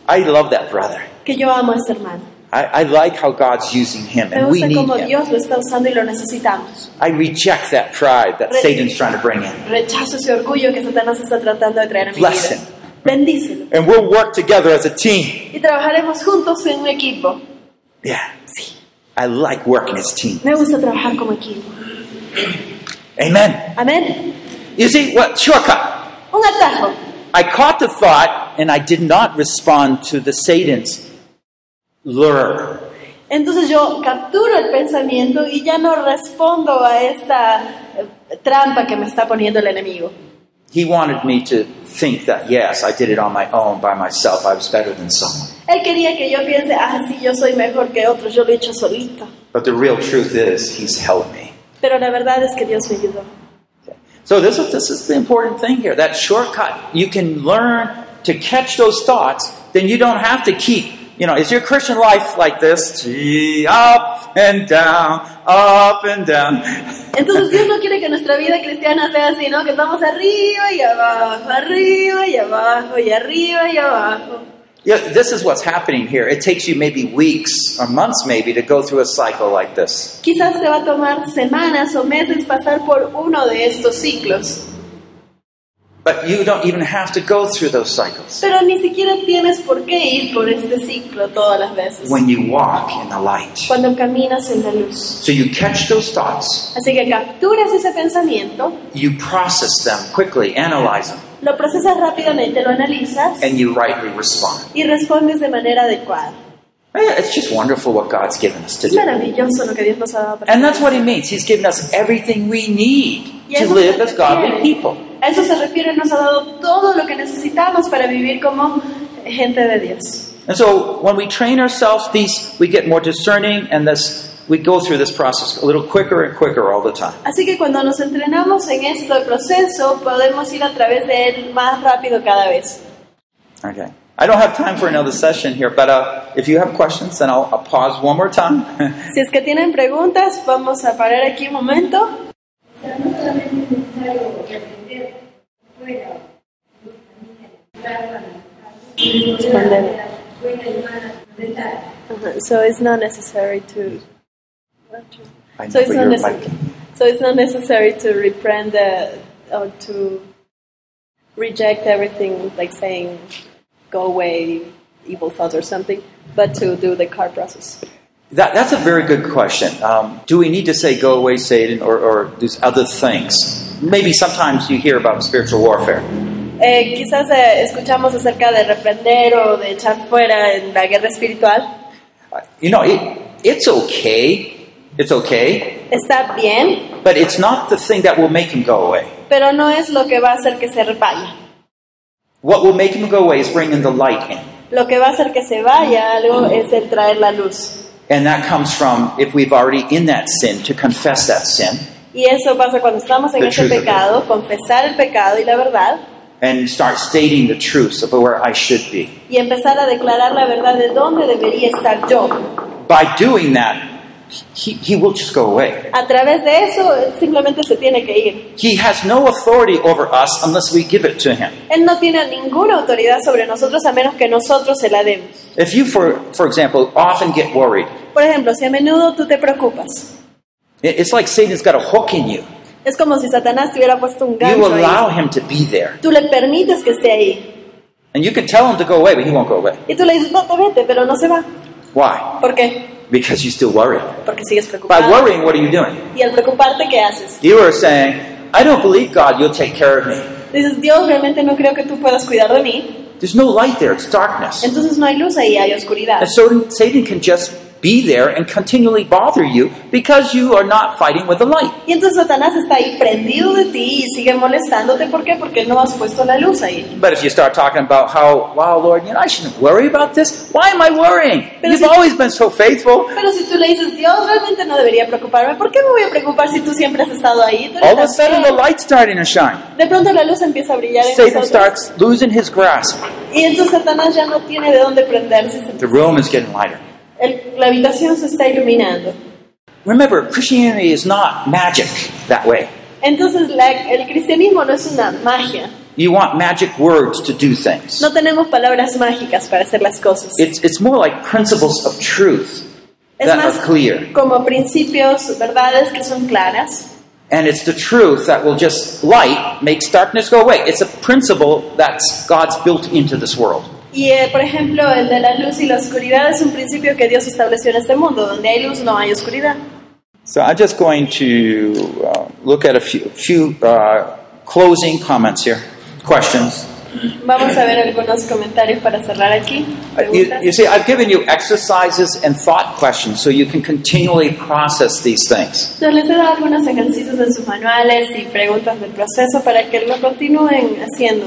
Speaker 1: I love that brother.
Speaker 3: que yo amo a este hermano.
Speaker 1: I, I like how God's using him,
Speaker 3: Me
Speaker 1: and we
Speaker 3: gusta
Speaker 1: need
Speaker 3: cómo
Speaker 1: him.
Speaker 3: Dios lo está usando y lo necesitamos.
Speaker 1: I reject that pride that
Speaker 3: Re-
Speaker 1: Satan's trying to bring in.
Speaker 3: Rechazo ese orgullo que Satanás está tratando de traer a mi
Speaker 1: Bless
Speaker 3: vida. Bendícelo.
Speaker 1: And we'll work together as a team.
Speaker 3: Y trabajaremos juntos en un equipo.
Speaker 1: Yeah. I like working as a team.
Speaker 3: Me gusta trabajar como equipo.
Speaker 1: Amen.
Speaker 3: Amén.
Speaker 1: You see, what shortcut?
Speaker 3: Un atajo.
Speaker 1: I caught the thought and I did not respond to the Satan's lure.
Speaker 3: Entonces yo capturo el pensamiento y ya no respondo a esta eh, trampa que me está poniendo el enemigo.
Speaker 1: He wanted me to think that, yes, I did it on my own, by myself. I was better than someone.
Speaker 3: Él quería que yo piense, ah, sí, yo soy mejor que otros, yo lo he hecho solito.
Speaker 1: But the real truth is, he's helped me.
Speaker 3: Pero la verdad es que Dios me ayudó.
Speaker 1: So this is this is the important thing here. That shortcut you can learn to catch those thoughts. Then you don't have to keep. You know, is your Christian life like this? Gee, up and down, up and down.
Speaker 3: Entonces Dios no quiere que nuestra vida cristiana sea así, ¿no? Que estamos arriba y abajo, arriba y abajo y arriba y abajo.
Speaker 1: Yeah, this is what's happening here. It takes you maybe weeks or months, maybe, to go through a cycle like this.
Speaker 3: Quizás te va a tomar semanas o meses pasar por uno de estos ciclos,
Speaker 1: But you don't even have to go through those cycles
Speaker 3: pero ni siquiera tienes por qué ir por este ciclo todas las veces.
Speaker 1: when you walk in the light.
Speaker 3: Cuando caminas en la luz.
Speaker 1: So you catch those thoughts,
Speaker 3: Así que capturas ese pensamiento,
Speaker 1: you process them quickly, analyze them,
Speaker 3: lo procesas rápidamente, lo analizas
Speaker 1: and you rightly respond.
Speaker 3: y respondes de manera adecuada.
Speaker 1: Eh, It's just wonderful what God's given us to
Speaker 3: Es
Speaker 1: do.
Speaker 3: maravilloso lo que Dios nos ha dado. para
Speaker 1: And that's
Speaker 3: hacer.
Speaker 1: what He means. He's given us everything we need
Speaker 3: Y a
Speaker 1: to
Speaker 3: eso
Speaker 1: live
Speaker 3: se
Speaker 1: as godly
Speaker 3: refiere.
Speaker 1: people.
Speaker 3: A eso se refiere, nos ha dado todo lo que necesitamos para vivir como gente de Dios.
Speaker 1: And so when we train ourselves, these we get more discerning, and this we go through this process a little quicker and quicker all the time.
Speaker 3: Así que cuando nos entrenamos en este proceso, podemos ir a través de él más rápido cada vez.
Speaker 1: Okay. I don't have time for another session here, but uh, if you have questions, then I'll, I'll pause one more time.
Speaker 3: Si es que tienen preguntas, vamos a parar aquí un momento.
Speaker 4: Pero no solamente es necesario aprender fuera, buena y mala, mental.
Speaker 3: Ajá, Uh-huh. So it's not necessary to.
Speaker 1: Mm. I know,
Speaker 3: So
Speaker 1: but
Speaker 3: it's not
Speaker 1: you're
Speaker 3: necessary.
Speaker 1: like-
Speaker 3: So it's not necessary to reprend the, or to reject everything, like saying, "Go away, evil thoughts" or something, but to do the car process.
Speaker 1: That, that's a very good question. Um, do we need to say "Go away, Satan" or, or these other things? Maybe sometimes you hear about spiritual warfare.
Speaker 3: Eh, quizás eh, escuchamos acerca de reprender o de echar fuera en la guerra espiritual.
Speaker 1: Uh, You know, it, it's okay. It's okay,
Speaker 3: Está bien,
Speaker 1: but it's not the thing that will make him go away.
Speaker 3: pero no es lo que va a hacer que se vaya.
Speaker 1: What will make him go away is bringing the light in.
Speaker 3: Lo que va a hacer que se vaya algo es el traer la luz.
Speaker 1: And that comes from if we've already in that sin to confess that sin
Speaker 3: Y eso pasa cuando estamos en
Speaker 1: The
Speaker 3: ese
Speaker 1: truth of it.
Speaker 3: pecado, confesar el pecado y la verdad,
Speaker 1: and start stating the truths of where I should be.
Speaker 3: y empezar a declarar la verdad de dónde debería estar yo.
Speaker 1: By doing that, he, he will just go away.
Speaker 3: A través de eso, él simplemente se tiene que ir.
Speaker 1: He has no authority over us unless we give it to him.
Speaker 3: Él no tiene ninguna autoridad sobre nosotros a menos que nosotros se la demos.
Speaker 1: If you, for, for example, often get worried,
Speaker 3: Por ejemplo, si a menudo tú te preocupas,
Speaker 1: it- it's like Satan's got a hook in you.
Speaker 3: es como si Satanás te hubiera puesto un
Speaker 1: You
Speaker 3: gancho
Speaker 1: allow
Speaker 3: ahí.
Speaker 1: him to be there.
Speaker 3: Tú le permites que esté ahí.
Speaker 1: And you can tell him to go away, but he won't go away.
Speaker 3: Y tú le dices, no, te vete, pero no se va.
Speaker 1: Why?
Speaker 3: ¿Por qué?
Speaker 1: Because you still worry.
Speaker 3: Porque sigues
Speaker 1: By
Speaker 3: preocupado.
Speaker 1: worrying, what are you doing?
Speaker 3: Y al preocuparte, ¿qué haces?
Speaker 1: You are saying, I don't believe God, you'll take care of me.
Speaker 3: Dices, Dios, realmente no creo que tú puedas cuidar de mí.
Speaker 1: There's no light there, it's darkness.
Speaker 3: Entonces no hay luz ahí, hay oscuridad.
Speaker 1: And so Satan can just be there and continually bother you because you are not fighting with the light.
Speaker 3: Y entonces Satanás está ahí prendido de ti y sigue molestándote. ¿Por qué? Porque no has puesto la luz ahí.
Speaker 1: But if you start talking about how, wow, Lord, you know, I shouldn't worry about this, why am I worrying?
Speaker 3: Pero
Speaker 1: You've
Speaker 3: si-
Speaker 1: always been so faithful.
Speaker 3: Pero si tú le dices, Dios, realmente no debería preocuparme, ¿por qué me voy a preocupar si tú siempre has estado ahí? Tú eres
Speaker 1: All of a
Speaker 3: así.
Speaker 1: sudden, the light's starting to shine.
Speaker 3: de pronto la luz empieza a brillar en
Speaker 1: Satan
Speaker 3: nosotros.
Speaker 1: starts losing his grasp.
Speaker 3: Y entonces Satanás ya no tiene de dónde prenderse.
Speaker 1: The room is getting lighter.
Speaker 3: El- la habitación se está iluminando.
Speaker 1: Remember, Christianity is not magic that way.
Speaker 3: Entonces la- el cristianismo no es una magia.
Speaker 1: You want magic words to do things.
Speaker 3: No tenemos palabras mágicas para hacer las cosas.
Speaker 1: It's, it's more like principles of truth
Speaker 3: Es
Speaker 1: that
Speaker 3: más
Speaker 1: are clear.
Speaker 3: como principios, verdades que son claras.
Speaker 1: And it's the truth that will just light makes darkness go away. It's a principle that's God's built into this world.
Speaker 3: Y eh, por ejemplo, el de la luz y la oscuridad es un principio que Dios estableció en este mundo. Donde hay luz no hay oscuridad.
Speaker 1: So I'm just going to uh, look at a few, few uh, closing comments here, questions.
Speaker 3: Vamos a ver algunos comentarios para cerrar aquí.
Speaker 1: Uh, You,
Speaker 3: Preguntas.
Speaker 1: you see, I've given you exercises and thought questions so you can continually process these things.
Speaker 3: Entonces les he dado algunos ejercicios de sus manuales y preguntas del proceso para que lo continúen haciendo.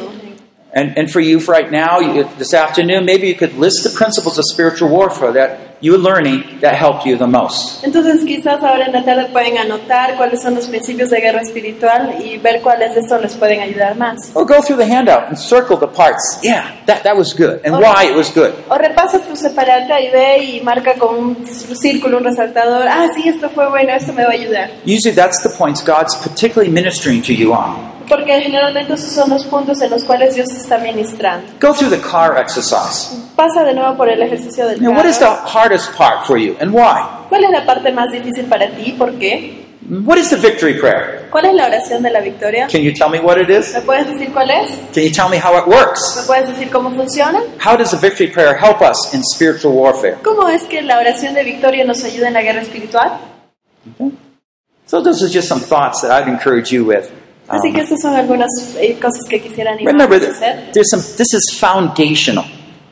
Speaker 1: And, and for you, for right now, you, this afternoon, maybe you could list the principles of spiritual warfare that you're learning that helped you the most.
Speaker 3: Entonces quizás ahora en la tarde pueden anotar cuáles son los principios de guerra espiritual y ver cuáles de estos les pueden ayudar más.
Speaker 1: Or go through the handout and circle the parts. Yeah, that, that was good, and
Speaker 3: Okay.
Speaker 1: why it was good.
Speaker 3: O repasa tu separata y ve y marca con un círculo, un resaltador. Ah, sí, esto fue bueno, esto me va a ayudar.
Speaker 1: Usually, that's the points God's particularly ministering to you on.
Speaker 3: porque generalmente esos son los puntos en los cuales Dios te está ministrando.
Speaker 1: Go through the car exercise.
Speaker 3: Pasa de nuevo por el ejercicio del
Speaker 1: Now, what is the
Speaker 3: carro.
Speaker 1: hardest part for you and why?
Speaker 3: ¿Cuál es la parte más difícil para ti? ¿Por qué?
Speaker 1: What is the victory prayer?
Speaker 3: ¿Cuál es la oración de la victoria?
Speaker 1: Can you tell me what it is?
Speaker 3: ¿Me puedes decir cuál es?
Speaker 1: Can you tell me how it works?
Speaker 3: ¿Me puedes decir cómo funciona?
Speaker 1: How does the victory prayer help us in spiritual warfare?
Speaker 3: ¿Cómo es que la oración de victoria nos ayuda en la guerra espiritual?
Speaker 1: So, those are just some thoughts that I'd encourage you with. Um,
Speaker 3: Así que estas son algunas eh, cosas que quisiera animarnos
Speaker 1: remember,
Speaker 3: a hacer.
Speaker 1: that there's some, this is foundational.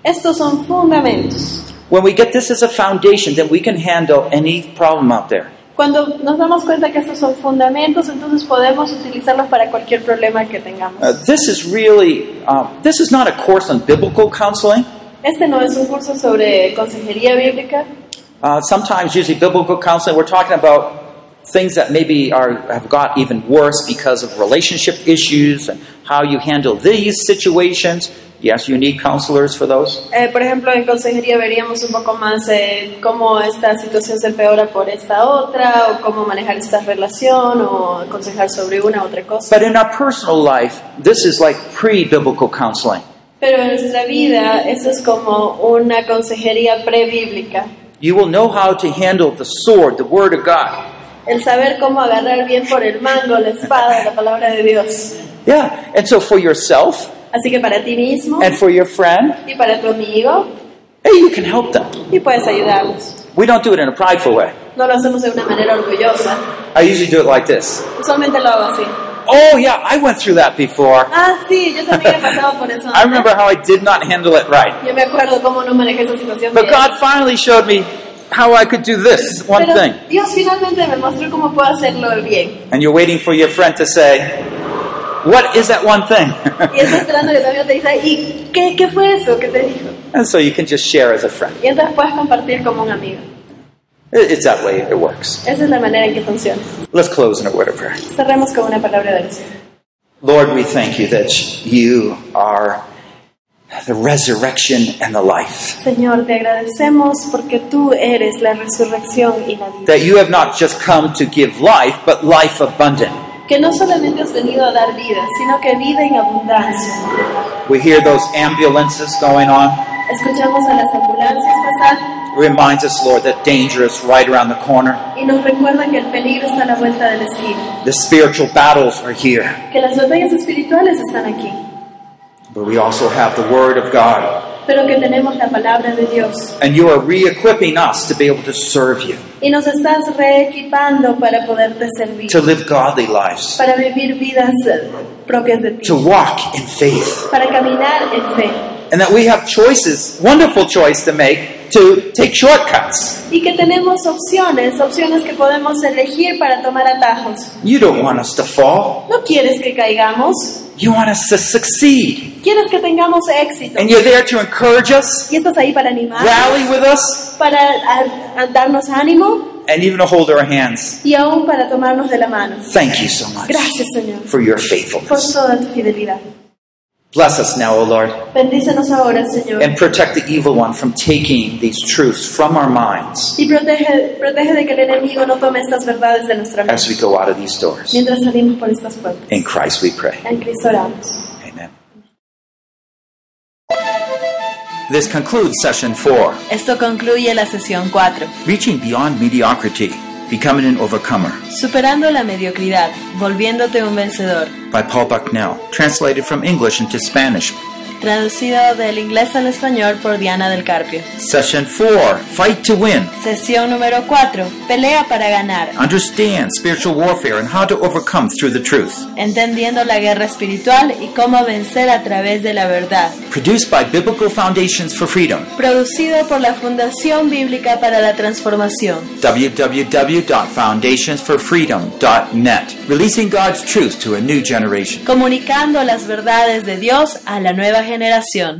Speaker 3: Estos son fundamentos.
Speaker 1: When we get this as a foundation, then we can handle any problem out there.
Speaker 3: Cuando nos damos cuenta que estos son fundamentos, entonces podemos utilizarlos para cualquier problema que tengamos.
Speaker 1: Uh, this is really, um, this is not a course on biblical counseling.
Speaker 3: Este no es un curso sobre consejería bíblica.
Speaker 1: Uh, sometimes, usually, biblical counseling, we're talking about things that maybe are, have got even worse because of relationship issues and how you handle these situations. Yes, you need counselors for those.
Speaker 3: Eh, por ejemplo, en consejería veríamos un poco más eh, cómo esta situación se empeora por esta otra, o cómo manejar esta relación, o aconsejar sobre una u otra cosa.
Speaker 1: But in our personal life, this is like pre biblical counseling.
Speaker 3: Pero en nuestra vida, esto es como una consejería prebíblica.
Speaker 1: You will know how to handle the sword, the word of God.
Speaker 3: El saber cómo agarrar bien por el mango la espada, la palabra de Dios.
Speaker 1: Yeah, and so for yourself
Speaker 3: Así que para ti mismo
Speaker 1: and for your friend,
Speaker 3: y para tu amigo,
Speaker 1: hey, you can help them.
Speaker 3: y puedes ayudarlos.
Speaker 1: We don't do it in a prideful way.
Speaker 3: No lo hacemos de una manera orgullosa,
Speaker 1: I usually do it like this.
Speaker 3: solamente lo hago así.
Speaker 1: Oh, yeah, I went through that before.
Speaker 3: Ah, sí, yo también he pasado por eso.
Speaker 1: I remember how I did not handle it right.
Speaker 3: Yo me acuerdo cómo no manejé esa situación.
Speaker 1: But
Speaker 3: bien.
Speaker 1: God finally showed me how I could do this one
Speaker 3: Pero
Speaker 1: thing.
Speaker 3: Dios finalmente me mostró cómo puedo hacerlo bien.
Speaker 1: And you're waiting for your friend to say, What is that one
Speaker 3: Y está
Speaker 1: thing?
Speaker 3: esperando que tu amigo te diga, ¿y qué, qué fue eso que te dijo?
Speaker 1: and so you can just share as a friend.
Speaker 3: Y entonces puedes compartir como un amigo.
Speaker 1: It- It's that way it works.
Speaker 3: Esa es la manera en que funciona.
Speaker 1: Let's close in a word of prayer.
Speaker 3: Cerremos con una palabra de oración.
Speaker 1: Lord, we thank you that you are the resurrection and the life.
Speaker 3: Señor, te agradecemos porque tú eres la resurrección y la vida.
Speaker 1: That you have not just come to give life, but life abundant.
Speaker 3: Que no solamente has venido a dar vida, sino que vida en abundancia.
Speaker 1: We hear those ambulances going on.
Speaker 3: Escuchamos a las ambulancias pasar
Speaker 1: Reminds us, Lord, that danger is right around the corner.
Speaker 3: y nos recuerdan que el peligro está a la vuelta de la esquina,
Speaker 1: The spiritual battles are here.
Speaker 3: que las batallas espirituales están aquí,
Speaker 1: But we also have the Word of God.
Speaker 3: pero que tenemos la palabra de Dios
Speaker 1: And you are re equipping us to be able to serve you,
Speaker 3: y nos estás reequipando para poderte servir,
Speaker 1: to live godly lives,
Speaker 3: para vivir vidas eh, propias de ti,
Speaker 1: to walk in faith.
Speaker 3: para caminar en fe
Speaker 1: And that we have choices, wonderful choice to make, to take shortcuts.
Speaker 3: y que tenemos opciones, opciones que podemos elegir para tomar atajos.
Speaker 1: You don't want us to fall.
Speaker 3: No quieres que caigamos,
Speaker 1: You want us to succeed.
Speaker 3: quieres que tengamos éxito.
Speaker 1: And you're there to encourage us,
Speaker 3: Y estás ahí para animar,
Speaker 1: rally with us,
Speaker 3: para a- a darnos ánimo
Speaker 1: and even to hold our hands.
Speaker 3: y aún para tomarnos de la mano.
Speaker 1: Thank you so much
Speaker 3: Gracias, Señor,
Speaker 1: for your
Speaker 3: por
Speaker 1: faithfulness.
Speaker 3: toda tu fidelidad.
Speaker 1: Bless us now, O Lord,
Speaker 3: Bendícenos ahora, Señor,
Speaker 1: and protect the evil one from taking these truths from our minds
Speaker 3: y protege, protege de que el enemigo no tome estas verdades de nuestra
Speaker 1: as
Speaker 3: mente
Speaker 1: we go out of these doors.
Speaker 3: mientras salimos por estas puertas.
Speaker 1: In Christ we pray.
Speaker 3: En Cristo oramos.
Speaker 1: Amen. This concludes session four
Speaker 2: Esto concluye la sesión 4,
Speaker 1: Reaching Beyond Mediocrity, Becoming an Overcomer.
Speaker 2: Superando la mediocridad, volviéndote un vencedor,
Speaker 1: by Paul Bucknell, translated from English into Spanish.
Speaker 2: traducido del inglés al español por Diana del Carpio.
Speaker 1: Session 4 Fight to Win.
Speaker 2: Sesión número 4, pelea para ganar,
Speaker 1: Understand spiritual warfare and how to overcome through the truth.
Speaker 2: entendiendo la guerra espiritual y cómo vencer a través de la verdad.
Speaker 1: Produced by Biblical Foundations for Freedom.
Speaker 2: Producido por la Fundación Bíblica para la Transformación.
Speaker 1: www.foundationsforfreedom.net. Releasing God's truth to a new generation.
Speaker 2: Comunicando las verdades de Dios a la nueva generación.